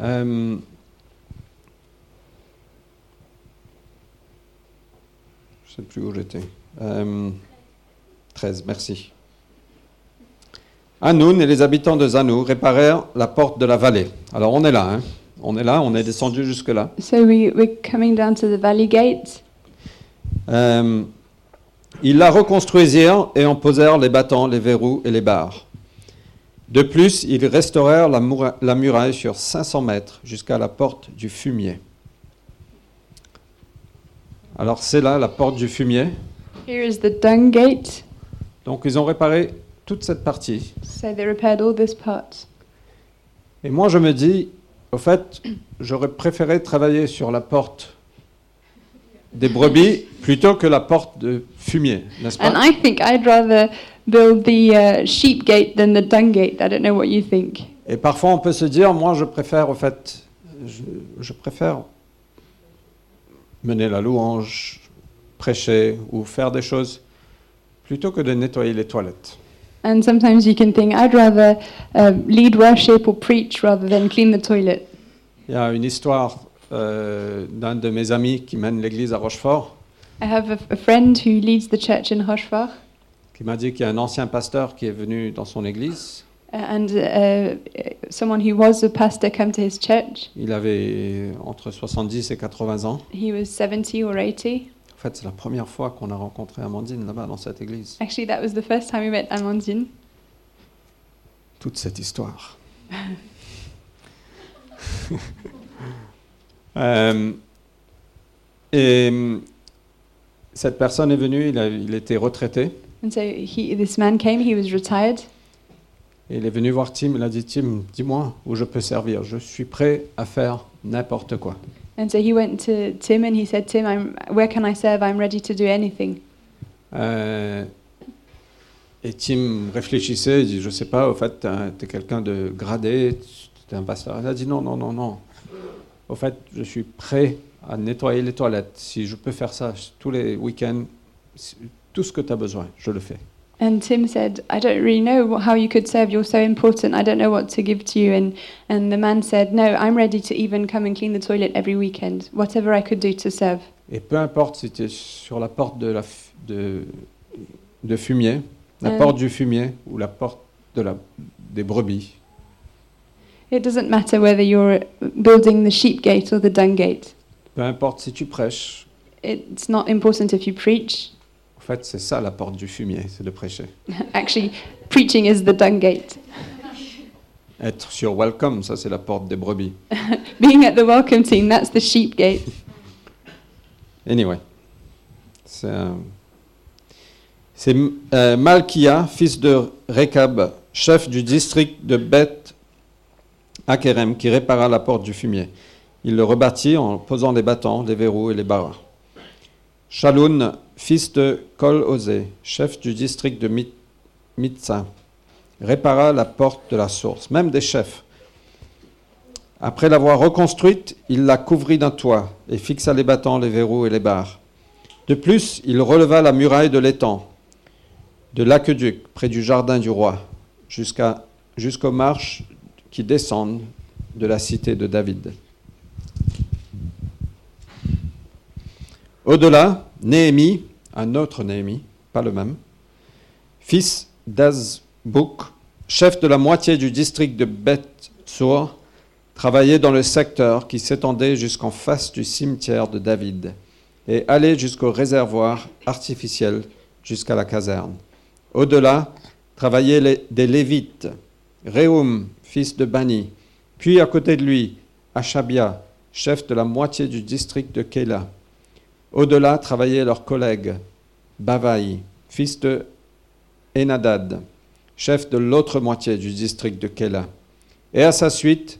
Speaker 1: Euh, Je sais plus où j'étais. Euh, 13, merci. Hanoun et les habitants de Zanou réparèrent la porte de la vallée. Alors on est là, hein. on est là, on est descendu jusque-là.
Speaker 2: So we, we're coming down to the valley gate.
Speaker 1: Euh, ils la reconstruisirent et en posèrent les battants, les verrous et les barres. De plus, ils restaurèrent la, moura- la muraille sur 500 mètres jusqu'à la porte du fumier. Alors c'est là la porte du fumier.
Speaker 2: Here is the dung gate.
Speaker 1: Donc ils ont réparé toute cette partie.
Speaker 2: So they repaired all this part.
Speaker 1: Et moi je me dis, au fait, j'aurais préféré travailler sur la porte des brebis plutôt que la porte de fumier, n'est-ce pas
Speaker 2: And I think I'd rather build the uh, sheep gate than the dung gate. I don't know what you think.
Speaker 1: Et parfois, on peut se dire, moi, je préfère, au fait, je, je préfère mener la louange, prêcher ou faire des choses plutôt que de nettoyer les toilettes.
Speaker 2: And sometimes you can think, I'd rather uh, lead worship or preach rather than clean the toilet.
Speaker 1: Il y a une histoire euh, d'un de mes amis qui mène l'église à Rochefort,
Speaker 2: I have a, a friend who leads the church in Hoshvar,
Speaker 1: qui m'a dit qu'il y a un ancien pasteur qui est venu dans son église.
Speaker 2: uh, and uh, someone who was a pastor came to his church.
Speaker 1: Il avait entre 70 et 80 ans.
Speaker 2: He was 70 or 80.
Speaker 1: En fait, c'est la première fois qu'on a rencontré Amandine là-bas dans cette église.
Speaker 2: Actually, that was the first time we met Amandine.
Speaker 1: toute cette histoire. Euh, et hum, cette personne est venue, il, a- il était retraité,
Speaker 2: And so he, this man came, he was retired,
Speaker 1: et il est venu voir Tim, il a dit Tim, dis-moi où je peux servir, je suis prêt à faire n'importe quoi.
Speaker 2: and so he went to Tim and he said, Tim, I'm, where can I serve? I'm ready to do anything.
Speaker 1: Euh, et Tim réfléchissait, il dit, je sais pas, au fait, t'as- t'es quelqu'un de gradé, t'es un pasteur. Il a dit, non, non, non, non. Au fait, je suis prêt à nettoyer les toilettes. Si je peux faire ça tous les week-ends, si- tout ce que tu as besoin, je le fais.
Speaker 2: And Tim said, I don't really know wh- how you could serve. You're so important. I don't know what to give to you. And, and the man said, No, I'm ready to even come and clean the toilet every weekend, whatever I could do to serve.
Speaker 1: Et peu importe si tu es sur la porte de, la f- de, de fumier, la
Speaker 2: Euh.
Speaker 1: porte du fumier ou la porte de la, des brebis,
Speaker 2: It doesn't matter whether you're building the sheep gate or the dung gate,
Speaker 1: peu importe si tu prêches,
Speaker 2: it's not important if you preach.
Speaker 1: au fait, c'est ça la porte du fumier, c'est de prêcher.
Speaker 2: Actually, preaching is the dung gate.
Speaker 1: Être sur Welcome, ça c'est la porte des brebis.
Speaker 2: Being at the welcome team, that's the sheep gate.
Speaker 1: Anyway. C'est, euh, c'est, euh, Malkia, fils de Rekab, chef du district de Beth Akerem, qui répara la porte du fumier. Il le rebâtit en posant les battants, les verrous et les barras. Shaloun, fils de Kol Ozé, chef du district de Mit- Mitsa, répara la porte de la source, même des chefs. Après l'avoir reconstruite, il la couvrit d'un toit et fixa les battants, les verrous et les barres. De plus, il releva la muraille de l'étang, de l'aqueduc, près du jardin du roi, jusqu'à- jusqu'aux marches qui descendent de la cité de David. Au-delà, Néhémie, un autre Néhémie, pas le même, fils d'Azbouk, chef de la moitié du district de beth sour travaillait dans le secteur qui s'étendait jusqu'en face du cimetière de David et allait jusqu'au réservoir artificiel jusqu'à la caserne. Au-delà, travaillaient les- des Lévites, Réhoum, fils de Bani, puis à côté de lui, Achabia, chef de la moitié du district de Kéla. Au-delà travaillaient leurs collègues, Bavaï, fils de Enadad, chef de l'autre moitié du district de Kéla. Et à sa suite,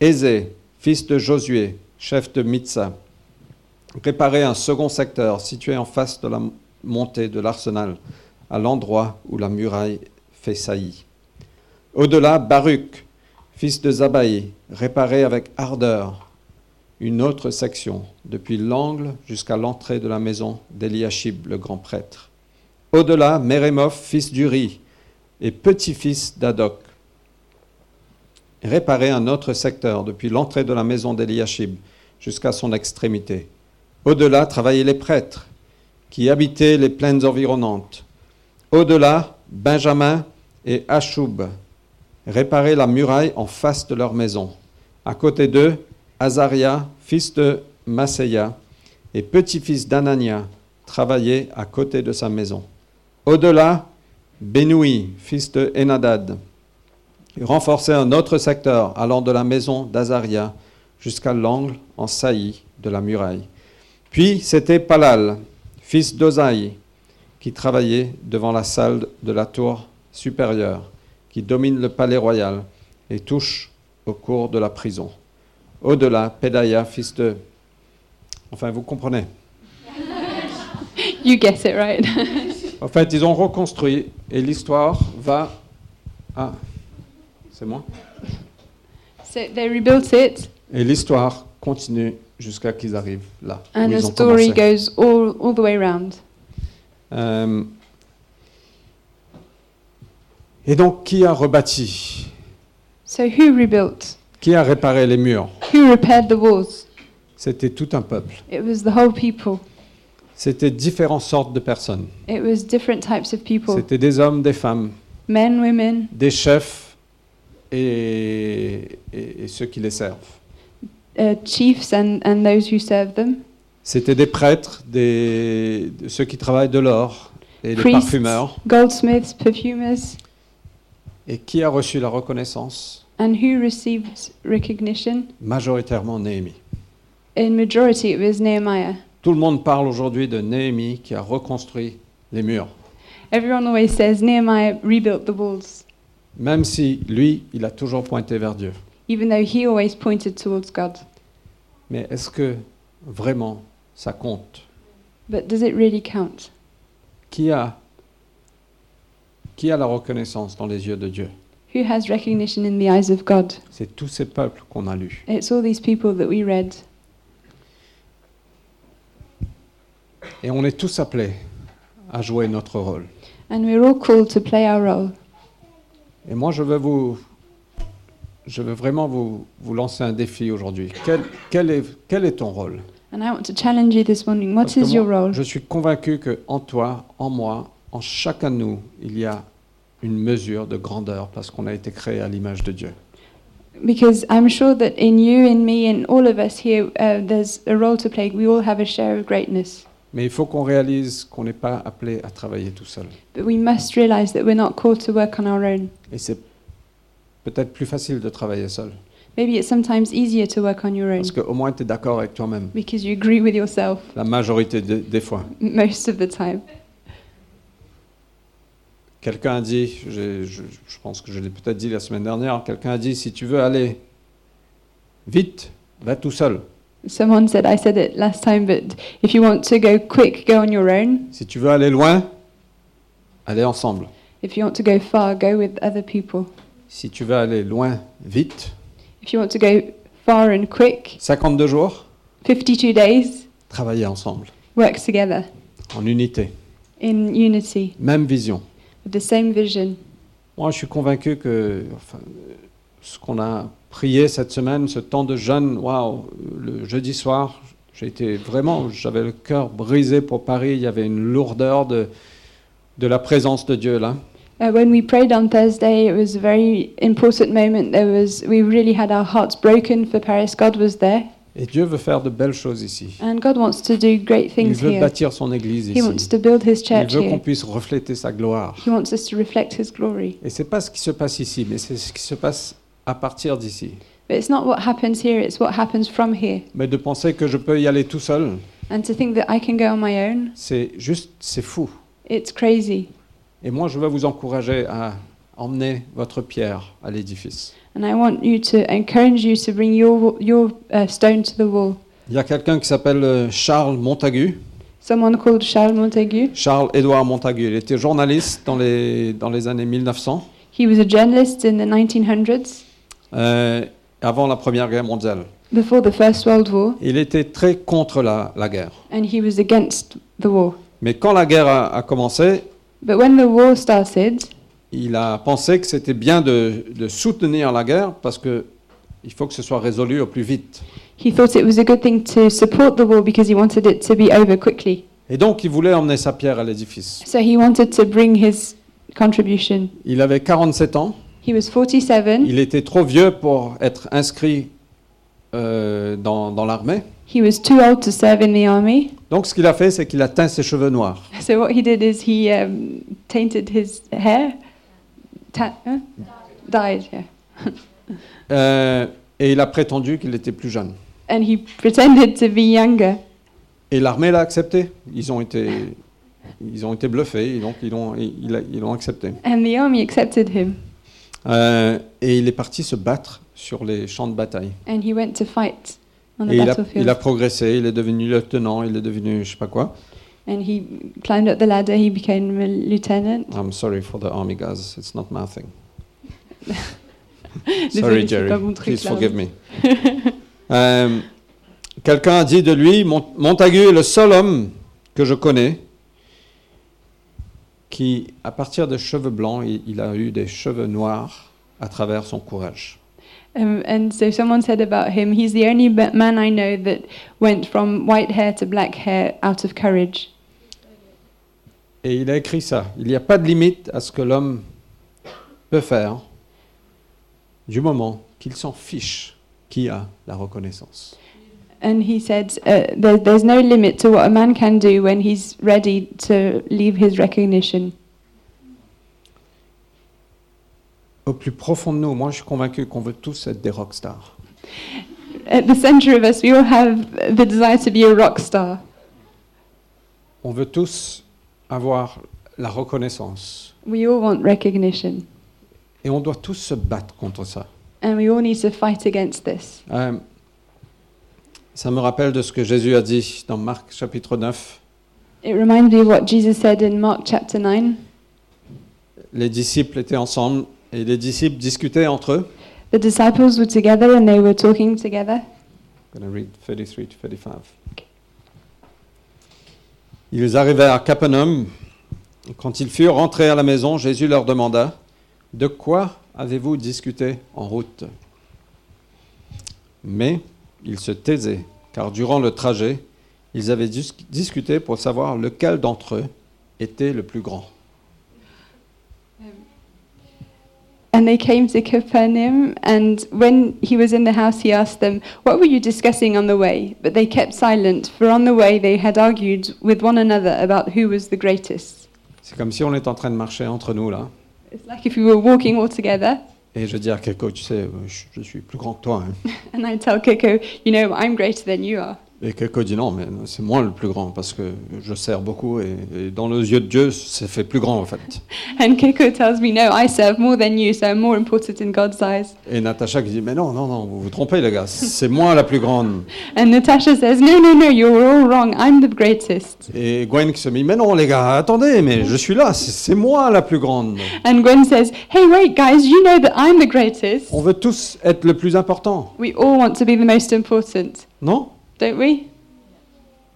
Speaker 1: Ézé, fils de Josué, chef de Mitsa, réparait un second secteur situé en face de la m- montée de l'arsenal, à l'endroit où la muraille fait saillie. Au-delà, Baruch, fils de Zabaï, réparait avec ardeur une autre section, depuis l'angle jusqu'à l'entrée de la maison d'Eliashib, le grand prêtre. Au-delà, Mérémoth, fils d'Uri, et petit-fils d'Adoc, réparait un autre secteur, depuis l'entrée de la maison d'Eliashib jusqu'à son extrémité. Au-delà, travaillaient les prêtres, qui habitaient les plaines environnantes. Au-delà, Benjamin et Achoub réparaient la muraille en face de leur maison. À côté d'eux, Azaria, fils de Masséia, et petit-fils d'Anania, travaillait à côté de sa maison. Au-delà, Bénoui, fils de Enadad, renforçait un autre secteur allant de la maison d'Azaria jusqu'à l'angle en saillie de la muraille. Puis c'était Palal, fils d'Osaïe, qui travaillait devant la salle de la tour supérieure, qui domine le palais royal et touche au cours de la prison. Au-delà, Pédaya, fils de... Enfin, vous comprenez.
Speaker 2: You guess it right.
Speaker 1: En fait, ils ont reconstruit et l'histoire va... Ah, c'est moi.
Speaker 2: so they rebuilt it,
Speaker 1: Et l'histoire continue jusqu'à qu'ils arrivent là. où
Speaker 2: and the
Speaker 1: ils ont
Speaker 2: story
Speaker 1: commencé.
Speaker 2: goes all, all the way round.
Speaker 1: Euh, et donc, qui a rebâti
Speaker 2: So who rebuilt?
Speaker 1: Qui a réparé les murs
Speaker 2: Who repaired the walls?
Speaker 1: C'était tout un peuple.
Speaker 2: It was the whole people.
Speaker 1: C'était différentes sortes de personnes.
Speaker 2: It was different types of people
Speaker 1: C'était des hommes, des femmes,
Speaker 2: men, women,
Speaker 1: des chefs et, et- et ceux qui les servent.
Speaker 2: uh, chiefs, and, and those who served them.
Speaker 1: C'était des prêtres, des, de ceux qui travaillent de l'or et des
Speaker 2: Priests.
Speaker 1: parfumeurs.
Speaker 2: goldsmiths, perfumers,
Speaker 1: Et qui a reçu la reconnaissance
Speaker 2: and who received recognition?
Speaker 1: Majoritairement Néhémie.
Speaker 2: In majority, it was Nehemiah.
Speaker 1: Tout le monde parle aujourd'hui de Néhémie qui a reconstruit les murs,
Speaker 2: Everyone always says Nehemiah rebuilt the walls,
Speaker 1: même si lui, il a toujours pointé vers Dieu.
Speaker 2: even though he always pointed towards God.
Speaker 1: Mais est-ce que vraiment ça compte
Speaker 2: But does it really count?
Speaker 1: qui a, qui a la reconnaissance dans les yeux de Dieu
Speaker 2: Who has recognition in the eyes of God?
Speaker 1: C'est tous ces peuples qu'on a lus.
Speaker 2: It's all these people that we read,
Speaker 1: Et on est tous appelés à jouer notre rôle.
Speaker 2: and we're all called to play our role.
Speaker 1: Et moi, je veux vous... Je veux vraiment vous, vous lancer un défi aujourd'hui. Quel, quel est, quel est ton rôle
Speaker 2: And I want to challenge you this morning. What
Speaker 1: Parce que
Speaker 2: is your
Speaker 1: moi,
Speaker 2: role?
Speaker 1: Je suis convaincu que en toi, en moi, en chacun de nous, il y a une mesure de grandeur parce qu'on a été créé à l'image de Dieu.
Speaker 2: Because I'm sure that in you, in me, in all of us here, uh, there's a role to play. We all have a share of greatness.
Speaker 1: Mais il faut qu'on réalise qu'on n'est pas appelé à travailler tout seul.
Speaker 2: But we must realize that we're not called to work on our own.
Speaker 1: Et c'est peut-être plus facile de travailler seul
Speaker 2: Maybe it's sometimes easier to work on your own
Speaker 1: parce qu'au moins tu es d'accord avec toi-même
Speaker 2: because you agree with yourself
Speaker 1: la majorité de- des fois.
Speaker 2: most of the time.
Speaker 1: Quelqu'un a dit, j'ai- je, je pense que je l'ai peut-être dit la semaine dernière, quelqu'un a dit, si tu veux aller vite, va tout seul.
Speaker 2: Someone said, I said it last time, but if you want to go quick, go on your own.
Speaker 1: Si tu veux aller loin, allez ensemble.
Speaker 2: If you want to go far, go with other people.
Speaker 1: Si tu veux aller loin, vite,
Speaker 2: If you want to go far and quick,
Speaker 1: 52 jours,
Speaker 2: 52 days,
Speaker 1: travaillez ensemble,
Speaker 2: work together
Speaker 1: en unité,
Speaker 2: in unity
Speaker 1: même vision.
Speaker 2: with the same vision.
Speaker 1: Moi, je suis convaincu que enfin, euh, ce qu'on a prié cette semaine, ce temps de jeûne, waouh, le jeudi soir, j'ai été vraiment, j'avais le cœur brisé pour Paris. Il y avait une lourdeur de, de la présence de Dieu là.
Speaker 2: Uh, when we prayed on Thursday, it was a very important moment. There was we really had our hearts broken for Paris. God was there,
Speaker 1: Et Dieu veut faire de belles choses ici.
Speaker 2: and God wants to do great
Speaker 1: Il
Speaker 2: things
Speaker 1: veut
Speaker 2: here.
Speaker 1: bâtir son église
Speaker 2: He wants
Speaker 1: ici.
Speaker 2: to build His
Speaker 1: Il
Speaker 2: church
Speaker 1: veut qu'on
Speaker 2: here.
Speaker 1: puisse refléter sa gloire.
Speaker 2: He wants us to reflect His glory.
Speaker 1: Et c'est pas ce qui se passe ici, mais c'est ce qui se passe à partir d'ici.
Speaker 2: But it's not what happens here; it's what happens from here.
Speaker 1: Mais de penser que je peux y aller tout seul,
Speaker 2: And to think that I can go on my own,
Speaker 1: c'est juste, c'est fou.
Speaker 2: it's crazy.
Speaker 1: Et moi, je veux vous encourager à emmener votre pierre à l'édifice.
Speaker 2: And I want you to encourage you to bring your wa- your uh, stone to the wall.
Speaker 1: Il y a quelqu'un qui s'appelle euh, Charles Montagu,
Speaker 2: Someone called Charles Montagu.
Speaker 1: Charles-Édouard Montagu. Il était journaliste dans les, dans les années 1900,
Speaker 2: He was a journalist in the 1900s,
Speaker 1: euh, avant la Première Guerre mondiale.
Speaker 2: before the First World War.
Speaker 1: Il était très contre la, la guerre.
Speaker 2: and he was against the war.
Speaker 1: Mais quand la guerre a, a commencé,
Speaker 2: But when the war started,
Speaker 1: il a pensé que c'était bien de, de soutenir la guerre parce que il faut que ce soit résolu au plus vite.
Speaker 2: he thought it was a good thing to support the war because he wanted it to be over quickly.
Speaker 1: Et donc, il voulait emmener sa pierre à l'édifice.
Speaker 2: So he wanted to bring his contribution.
Speaker 1: Il avait 47 ans.
Speaker 2: He was 47,
Speaker 1: Il était trop vieux pour être inscrit euh, dans, dans l'armée.
Speaker 2: he was too old to serve in the army.
Speaker 1: Donc, ce qu'il a fait, c'est qu'il a teint ses cheveux noirs.
Speaker 2: So what he did is he um, tainted his hair, ta- huh? dyed, yeah.
Speaker 1: Euh, et il a prétendu qu'il était plus jeune.
Speaker 2: And he pretended to be younger.
Speaker 1: Et l'armée l'a accepté. Ils ont été, ils ont été bluffés. et donc, ils l'ont ils, l'a- ils l'ont accepté.
Speaker 2: And the army accepted him.
Speaker 1: Euh, et il est parti se battre sur les champs de bataille.
Speaker 2: And he went to fight on the
Speaker 1: Et il a,
Speaker 2: battlefield.
Speaker 1: il a progressé. Il est devenu lieutenant. Il est devenu, je sais pas quoi.
Speaker 2: And he climbed up the ladder, he became a lieutenant.
Speaker 1: I'm sorry for the army guys. It's not my thing.
Speaker 2: Désolée,
Speaker 1: sorry,
Speaker 2: c'est
Speaker 1: Jerry.
Speaker 2: pas mon truc,
Speaker 1: Please
Speaker 2: là.
Speaker 1: forgive me. Euh, Quelqu'un a dit de lui, Mon- Montagu est le seul homme que je connais qui, à partir de cheveux blancs, il, il a eu des cheveux noirs à travers son courage.
Speaker 2: Um, and so someone said about him, he's the only ba- man I know that went from white hair to black hair out of courage.
Speaker 1: Et il a écrit ça. Il n'y a pas de limite à ce que l'homme peut faire du moment qu'il s'en fiche qui a la reconnaissance.
Speaker 2: And he said, uh, there, there's no limit to what a man can do when he's ready to leave his recognition.
Speaker 1: Au plus profond de nous, moi je suis convaincu qu'on veut tous être des rockstars.
Speaker 2: At the center of us, we all have the desire to be a rock star.
Speaker 1: On veut tous avoir la reconnaissance.
Speaker 2: We all want recognition,
Speaker 1: Et on doit tous se battre contre ça.
Speaker 2: and we all need to fight against this.
Speaker 1: Euh, ça me rappelle de ce que Jésus a dit dans Marc chapitre 9.
Speaker 2: It reminds me of what Jesus said in Mark chapter 9.
Speaker 1: Les disciples étaient ensemble et les disciples discutaient entre eux.
Speaker 2: The disciples were together and they were talking together.
Speaker 1: I'm gonna read 33 to 35. Ils arrivèrent à Capernaum. Quand ils furent rentrés à la maison, Jésus leur demanda De quoi avez-vous discuté en route Mais ils se taisaient, car durant le trajet, ils avaient dis- discuté pour savoir lequel d'entre eux était le plus grand.
Speaker 2: And they came to Capernaum, and when he was in the house, he asked them, What were you discussing on the way? But they kept silent, for on the way they had argued with one another about who was the greatest.
Speaker 1: C'est comme si on était en train de marcher entre nous, là.
Speaker 2: It's like if we were walking all together,
Speaker 1: Et je dis à quelqu'un Tu sais, je, je suis plus grand que toi. hein.
Speaker 2: and I tell Coco, You know, I'm greater than you are.
Speaker 1: Et Keiko dit non, mais c'est moi le plus grand parce que je sers beaucoup et, et dans les yeux de Dieu, c'est fait plus grand en fait.
Speaker 2: And Keiko tells me, No, I serve more than you, so I'm more important in God's eyes.
Speaker 1: Et Natacha qui dit mais non, non, non, vous vous trompez les gars, c'est moi la plus grande.
Speaker 2: And Natasha says, No, no, no, you're all wrong. I'm the greatest.
Speaker 1: Et Gwen qui se met mais non les gars, attendez, mais je suis là, c'est c'est moi la plus grande.
Speaker 2: And Gwen says, Hey, wait, guys, you know that I'm the greatest.
Speaker 1: On veut tous être le plus important,
Speaker 2: We all want to be the most important,
Speaker 1: non
Speaker 2: don't we?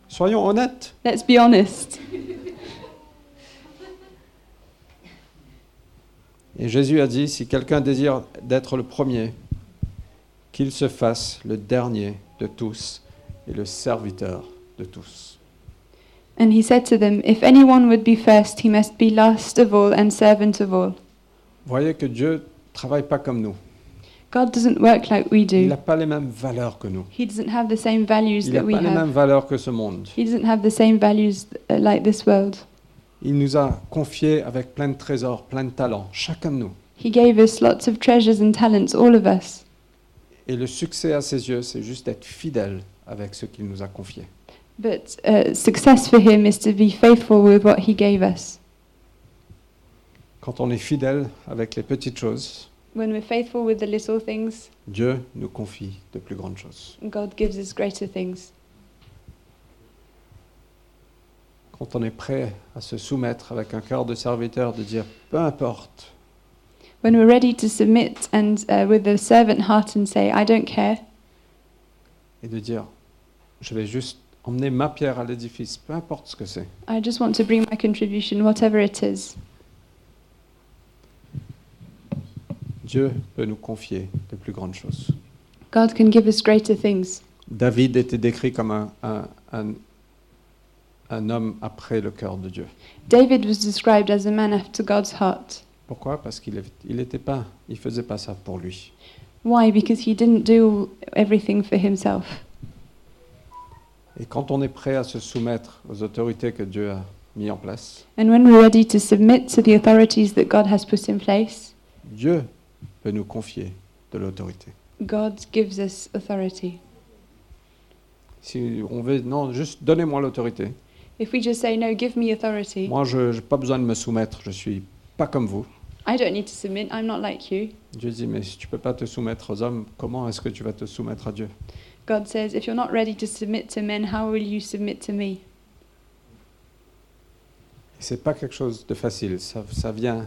Speaker 1: Soyons honnêtes.
Speaker 2: Let's be honest.
Speaker 1: Et Jésus a dit, si quelqu'un désire d'être le premier, qu'il se fasse le dernier de tous et le serviteur de tous.
Speaker 2: And he said to them, If anyone would be first, he must be last of all and servant of all.
Speaker 1: Voyez que Dieu travaille pas comme nous.
Speaker 2: God doesn't work like we
Speaker 1: Il n'a
Speaker 2: do.
Speaker 1: pas les mêmes valeurs que nous.
Speaker 2: He doesn't have the same values
Speaker 1: Il n'a
Speaker 2: that we
Speaker 1: pas les
Speaker 2: have.
Speaker 1: mêmes valeurs que ce monde.
Speaker 2: He doesn't have the same values uh, like this world.
Speaker 1: Il nous a confiés avec plein de trésors, plein de talents, chacun de nous.
Speaker 2: He gave us lots of treasures and talents, all of us.
Speaker 1: Et le succès à ses yeux, c'est juste d'être fidèle avec ce qu'il nous a confié.
Speaker 2: But uh, success for him is to be faithful with what he gave us.
Speaker 1: Quand on est fidèle avec les petites choses,
Speaker 2: When we're faithful with the little things,
Speaker 1: Dieu nous confie de plus grandes choses.
Speaker 2: God gives us greater things.
Speaker 1: Quand on est prêt à se soumettre avec un cœur de serviteur, de dire peu importe,
Speaker 2: When we're ready to submit and uh, with a servant heart and say, I don't care,
Speaker 1: et de dire je vais juste emmener ma pierre à l'édifice, peu importe ce que c'est.
Speaker 2: I just want to bring my contribution, whatever it is,
Speaker 1: Dieu peut nous confier de plus grandes choses.
Speaker 2: God can give us greater things.
Speaker 1: David était décrit comme un, un- un- un homme après le cœur de Dieu.
Speaker 2: David was described as a man after God's heart.
Speaker 1: Pourquoi Parce qu'il ne pas, il faisait pas ça pour lui.
Speaker 2: Why? Because he didn't do everything for himself.
Speaker 1: Et quand on est prêt à se soumettre aux autorités que Dieu a mis en place,
Speaker 2: And when we're ready to submit to the authorities that God has put in place,
Speaker 1: Dieu peut nous confier de l'autorité.
Speaker 2: God gives us authority.
Speaker 1: Si on veut, non, juste donnez-moi l'autorité.
Speaker 2: If we just say, No, give me authority,
Speaker 1: Moi, je n'ai pas besoin de me soumettre, je suis pas comme vous.
Speaker 2: I don't need to submit, I'm not like you.
Speaker 1: Dieu dit, mais si tu peux pas te soumettre aux hommes, comment est-ce que tu vas te soumettre à Dieu
Speaker 2: God says, If you're not ready to submit to men, how will you submit to me?
Speaker 1: C'est pas quelque chose de facile, ça, ça vient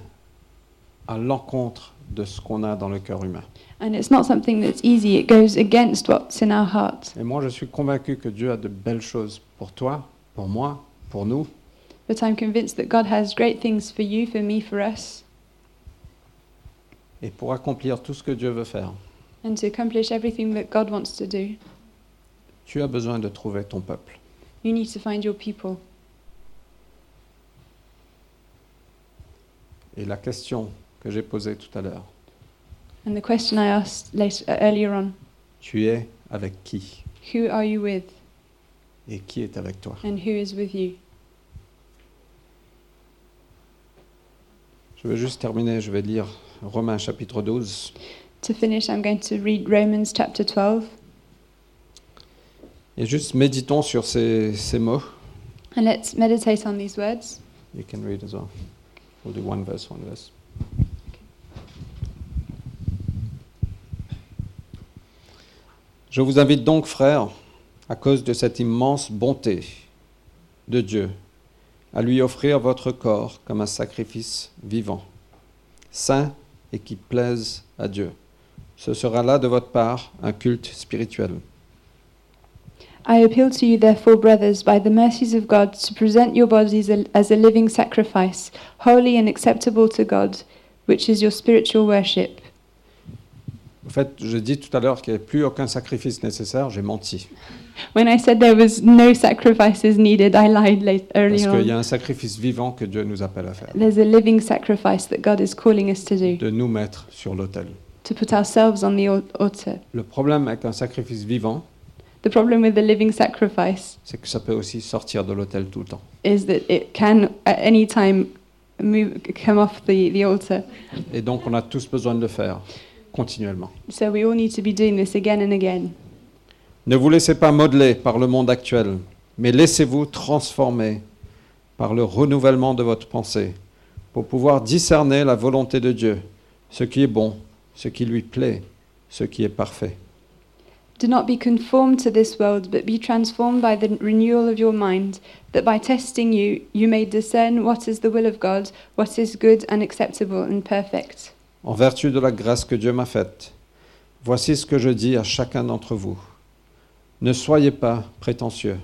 Speaker 1: à l'encontre de ce qu'on a dans le cœur humain.
Speaker 2: And it's not something that's easy, it goes against what's in our heart.
Speaker 1: Et moi, je suis convaincu que Dieu a de belles choses pour toi, pour moi, pour nous.
Speaker 2: But I'm convinced that God has great things for you, for me, for us,
Speaker 1: Et pour accomplir tout ce que Dieu veut faire,
Speaker 2: and to accomplish everything that God wants to do.
Speaker 1: tu as besoin de trouver ton peuple.
Speaker 2: You need to find your people.
Speaker 1: Et la question que j'ai posée tout à l'heure,
Speaker 2: And the question I asked later, uh, earlier on
Speaker 1: tu es avec qui
Speaker 2: who are you with
Speaker 1: et qui est avec toi
Speaker 2: and who is with you?
Speaker 1: Je veux juste terminer, je vais lire Romains chapitre 12.
Speaker 2: To finish, I'm going to read Romans chapter 12
Speaker 1: Et juste méditons sur ces, ces mots.
Speaker 2: and let's meditate on these words.
Speaker 1: You can read as well. We'll do one verse, one verse. Je vous invite donc, frères, à cause de cette immense bonté de Dieu, à lui offrir votre corps comme un sacrifice vivant, saint et qui plaise à Dieu. Ce sera là de votre part un culte spirituel.
Speaker 2: I appeal to you, therefore, brothers, by the mercies of God, to present your bodies al- as a living sacrifice, holy and acceptable to God, which is your spiritual worship.
Speaker 1: En fait, je dis tout à l'heure qu'il n'y avait plus aucun sacrifice nécessaire, j'ai menti.
Speaker 2: When I said there was no sacrifices needed, I lied late,
Speaker 1: Parce
Speaker 2: earlier
Speaker 1: qu'il y
Speaker 2: on.
Speaker 1: a un sacrifice vivant que Dieu nous appelle à faire.
Speaker 2: There's a living sacrifice that God is calling us to do,
Speaker 1: De nous mettre sur l'autel.
Speaker 2: to put ourselves on the al- altar.
Speaker 1: Le problème avec un sacrifice vivant,
Speaker 2: The problem with the living sacrifice
Speaker 1: c'est que ça peut aussi sortir de l'autel tout le temps.
Speaker 2: is that it can at any time move, come off the, the altar.
Speaker 1: Et donc, on a tous besoin de le faire continuellement.
Speaker 2: So we all need to be doing this again and again.
Speaker 1: Ne vous laissez pas modeler par le monde actuel, mais laissez-vous transformer par le renouvellement de votre pensée pour pouvoir discerner la volonté de Dieu, ce qui est bon, ce qui lui plaît, ce qui est parfait.
Speaker 2: Do not be conformed to this world, but be transformed by the renewal of your mind, that by testing you, you may discern what is the will of God, what is good and acceptable and perfect.
Speaker 1: En vertu de la grâce que Dieu m'a faite, voici ce que je dis à chacun d'entre vous. Ne soyez pas prétentieux.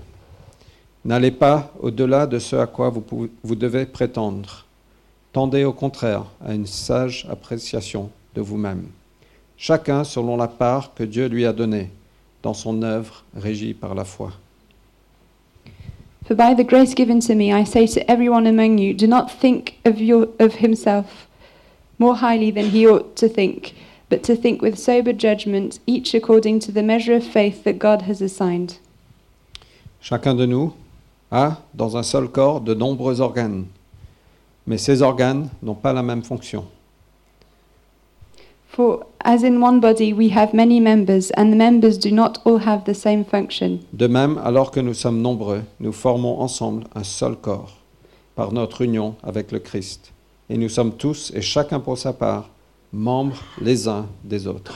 Speaker 1: N'allez pas au-delà de ce à quoi vous, pouvez- vous devez prétendre. Tendez au contraire à une sage appréciation de vous-même, chacun selon la part que Dieu lui a donnée dans son œuvre régie par la foi.
Speaker 2: For by the grace given to me, I say to everyone among you, do not think of, your, of himself more highly than he ought to think, but to think with sober judgment, each according to the measure of faith that God has assigned.
Speaker 1: Chacun de nous a, dans un seul corps, de nombreux organes, mais ces organes n'ont pas la même fonction.
Speaker 2: For as in one body we have many members, and the members do not all have the same function.
Speaker 1: De même, alors que nous sommes nombreux, nous formons ensemble un seul corps par notre union avec le Christ. Et nous sommes tous et chacun pour sa part, membres les uns des autres.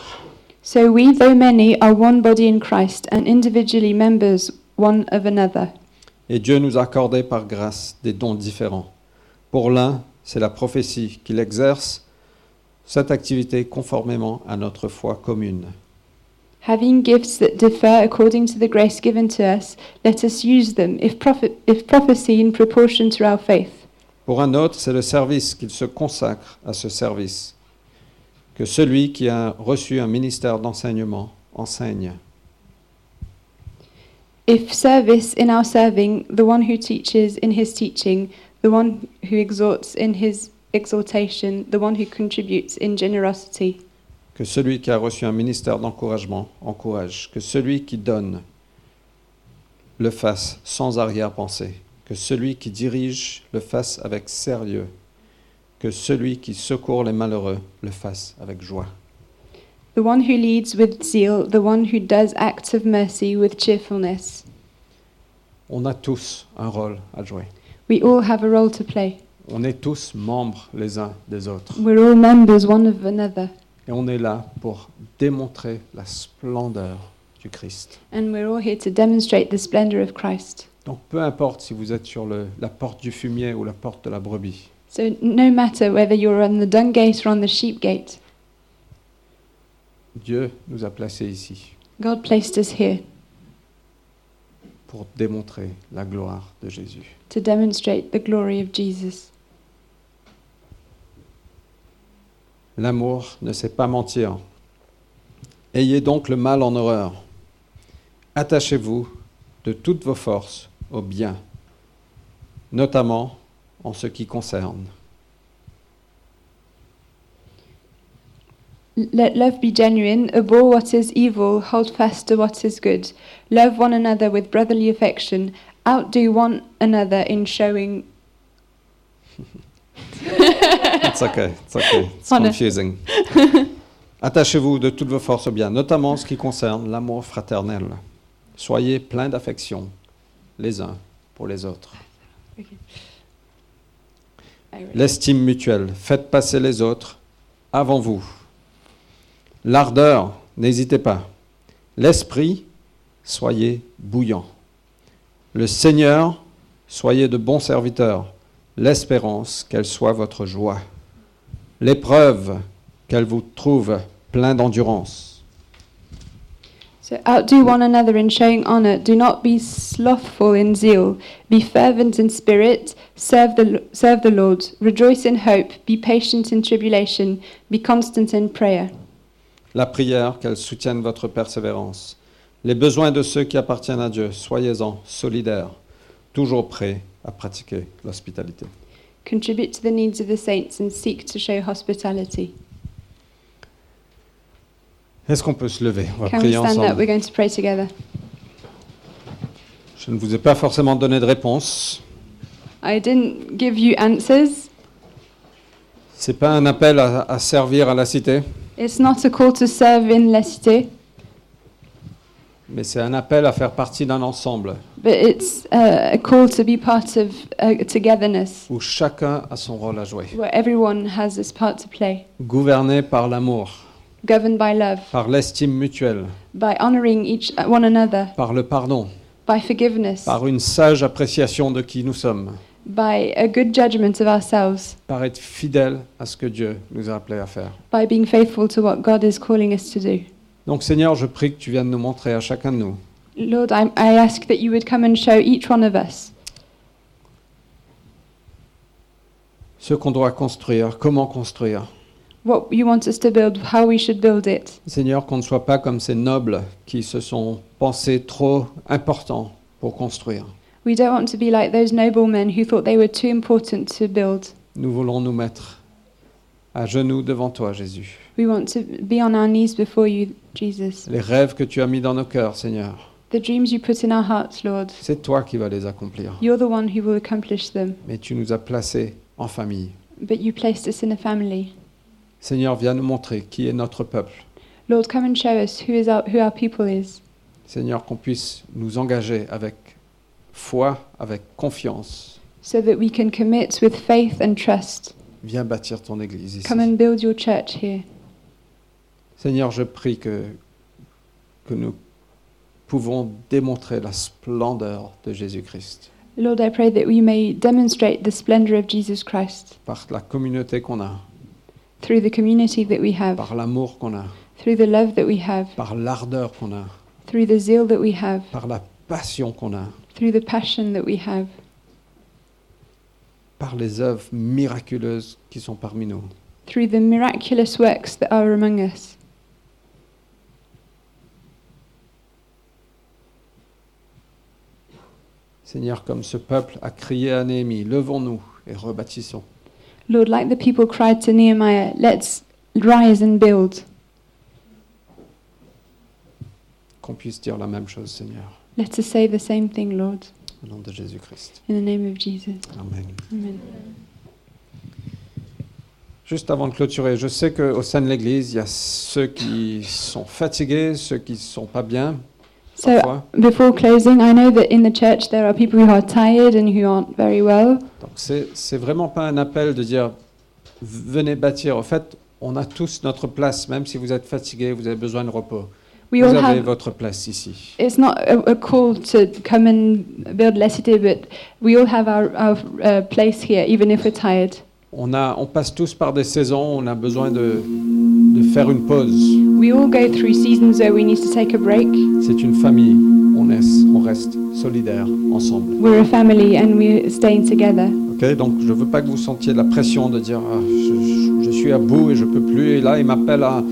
Speaker 2: So we, though many, are one body in Christ, and individually members one of another.
Speaker 1: Et Dieu nous a accordé par grâce des dons différents. Pour l'un, c'est la prophétie qu'il exerce cette activité conformément à notre foi commune.
Speaker 2: Having gifts that differ according to the grace given to us, let us use them, if, prophet, if prophecy in proportion to our faith.
Speaker 1: Pour un autre, c'est le service qu'il se consacre à ce service. Que celui qui a reçu un ministère d'enseignement enseigne.
Speaker 2: If service in our serving, the one who teaches in his teaching, the one who exhorts in his exhortation, the one who contributes in generosity.
Speaker 1: Que celui qui a reçu un ministère d'encouragement encourage. Que celui qui donne le fasse sans arrière-pensée. Que celui qui dirige le fasse avec sérieux. Que celui qui secourt les malheureux le fasse avec joie.
Speaker 2: The one who leads with zeal, the one who does acts of mercy with cheerfulness.
Speaker 1: On a tous un rôle à jouer.
Speaker 2: We all have a role to play.
Speaker 1: On est tous membres les uns des autres.
Speaker 2: We're all members one of another,
Speaker 1: Et on est là pour démontrer la splendeur du Christ.
Speaker 2: and we're all here to demonstrate the splendor of Christ.
Speaker 1: Donc peu importe si vous êtes sur le- la porte du fumier ou la porte de la brebis,
Speaker 2: So, no matter whether you're on the dung gate or on the sheep gate,
Speaker 1: Dieu nous a placés ici
Speaker 2: God placed us here
Speaker 1: pour démontrer la gloire de Jésus.
Speaker 2: to demonstrate the glory of Jesus.
Speaker 1: L'amour ne sait pas mentir. Ayez donc le mal en horreur. Attachez-vous de toutes vos forces au bien, notamment en ce qui concerne
Speaker 2: Let love be genuine, abhor what is evil, hold fast to what is good. Love one another with brotherly affection, outdo one another in showing
Speaker 1: It's okay, it's okay. It's
Speaker 2: On a-
Speaker 1: confusing. Attachez-vous de toutes vos forces au bien, notamment en ce qui concerne l'amour fraternel. Soyez pleins d'affection les uns pour les autres. L'estime mutuelle, faites passer les autres avant vous. L'ardeur, n'hésitez pas. L'esprit, soyez bouillant. Le Seigneur, soyez de bons serviteurs. L'espérance, qu'elle soit votre joie l'épreuve qu'elle vous trouve plein d'endurance.
Speaker 2: So outdo one another in showing honour. Do not be slothful in zeal. Be fervent in spirit. Serve the, serve the Lord. Rejoice in hope. Be patient in tribulation. Be constant in prayer.
Speaker 1: La prière qu'elle soutienne votre persévérance. Les besoins de ceux qui appartiennent à Dieu, soyez-en solidaires, toujours prêts à pratiquer l'hospitalité.
Speaker 2: Contribute to the needs of the saints and seek to show hospitality.
Speaker 1: Est-ce qu'on peut se lever On va
Speaker 2: Can we
Speaker 1: prier
Speaker 2: stand up? We're
Speaker 1: ensemble.
Speaker 2: going to pray together.
Speaker 1: Je ne vous ai pas forcément donné de réponse.
Speaker 2: I didn't give you answers.
Speaker 1: Ce n'est pas un appel à, à servir à la cité,
Speaker 2: It's not a call to serve in La Cité,
Speaker 1: Mais c'est un appel à faire partie d'un ensemble
Speaker 2: But it's uh, a call to be part of a togetherness
Speaker 1: où chacun a son rôle à jouer.
Speaker 2: where everyone has this part to play,
Speaker 1: Gouverné par l'amour,
Speaker 2: governed by love,
Speaker 1: par l'estime mutuelle,
Speaker 2: by honoring each uh, one another,
Speaker 1: par le pardon,
Speaker 2: by forgiveness,
Speaker 1: par une sage appréciation de qui nous sommes,
Speaker 2: by a good judgment of ourselves,
Speaker 1: par être fidèle à ce que Dieu nous a appelé à faire.
Speaker 2: by being faithful to what God is calling us to do.
Speaker 1: Donc Seigneur, je prie que tu viennes nous montrer à chacun de nous
Speaker 2: Lord, I, I ask that you would come and show each one of us
Speaker 1: ce qu'on doit construire, comment construire.
Speaker 2: what you want us to build, how we should build it.
Speaker 1: Seigneur, qu'on ne soit pas comme ces nobles qui se sont pensés trop importants pour construire.
Speaker 2: We don't want to be like those noblemen who thought they were too important to build.
Speaker 1: Nous voulons nous mettre à genoux devant toi, Jésus.
Speaker 2: We want to be on our knees before you, Jesus.
Speaker 1: Les rêves que tu as mis dans nos cœurs, Seigneur,
Speaker 2: The dreams you put in our hearts, Lord,
Speaker 1: c'est toi qui vas les accomplir.
Speaker 2: you're the one who will accomplish them,
Speaker 1: Mais tu nous as placés en famille.
Speaker 2: but you placed us in a family.
Speaker 1: Seigneur, viens nous montrer qui est notre peuple.
Speaker 2: Lord, come and show us who, is our, who our people is,
Speaker 1: Seigneur, qu'on puisse nous engager avec foi, avec confiance.
Speaker 2: so that we can commit with faith and trust.
Speaker 1: Viens bâtir ton Église ici.
Speaker 2: Come and build your church here.
Speaker 1: Seigneur, je prie que, que nous pouvons démontrer la splendeur de Jésus-Christ
Speaker 2: Lord, I pray that we may demonstrate the splendor of Jesus Christ
Speaker 1: par la communauté qu'on a,
Speaker 2: through the community that we have,
Speaker 1: par l'amour qu'on a,
Speaker 2: through the love that we have,
Speaker 1: par l'ardeur qu'on a,
Speaker 2: through the zeal that we have,
Speaker 1: par la passion qu'on a,
Speaker 2: through the passion that we have,
Speaker 1: par les œuvres miraculeuses qui sont parmi nous.
Speaker 2: through the miraculous works that are among us.
Speaker 1: Seigneur, comme ce peuple a crié à Néhémie, levons-nous et rebâtissons.
Speaker 2: Lord, like the people cried to Nehemiah, let's rise and build.
Speaker 1: Qu'on puisse dire la même chose, Seigneur,
Speaker 2: Let us say the same thing, Lord,
Speaker 1: au nom de Jésus-Christ.
Speaker 2: in the name of Jesus.
Speaker 1: Amen.
Speaker 2: Amen.
Speaker 1: Juste avant de clôturer, je sais qu'au sein de l'Église, il y a ceux qui sont fatigués, ceux qui ne sont pas bien,
Speaker 2: So,
Speaker 1: parfois.
Speaker 2: before closing, I know that in the church there are people who are tired and who aren't very well.
Speaker 1: Donc c'est c'est vraiment pas un appel de dire venez bâtir. En fait, on a tous notre place, même si vous êtes fatigué, vous avez besoin de repos.
Speaker 2: We
Speaker 1: vous
Speaker 2: all
Speaker 1: avez
Speaker 2: have.
Speaker 1: votre place ici.
Speaker 2: It's not a, a call to come and build Lesité, but we all have our, our uh, place here, even if we're tired.
Speaker 1: On a, on passe tous par des saisons. On a besoin de de faire une pause.
Speaker 2: We all go through seasons where we need to take a break.
Speaker 1: C'est une famille. On est, on reste solidaires ensemble.
Speaker 2: We're a family and we're staying together.
Speaker 1: Ok, donc je veux pas que vous sentiez la pression de dire Ah, je, je- je suis à bout et je peux plus. Et là, il m'appelle à,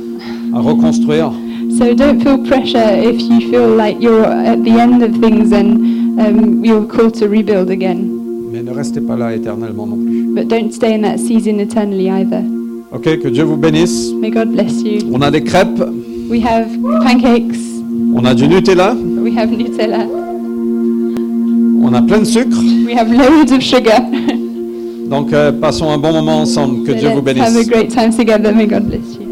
Speaker 1: à reconstruire.
Speaker 2: So don't feel pressure if you feel like you're at the end of things and um, you're called to rebuild again.
Speaker 1: Mais ne restez pas là éternellement non plus.
Speaker 2: But don't stay in that season eternally either.
Speaker 1: Ok, que Dieu vous bénisse.
Speaker 2: May God bless you.
Speaker 1: On a des crêpes,
Speaker 2: We have pancakes,
Speaker 1: on a du Nutella,
Speaker 2: we have Nutella,
Speaker 1: on a plein de sucre.
Speaker 2: we have loads of sugar.
Speaker 1: Donc euh, passons un bon moment ensemble. Que
Speaker 2: So
Speaker 1: Dieu vous
Speaker 2: let's have a
Speaker 1: bénisse.
Speaker 2: great time together. May God bless you.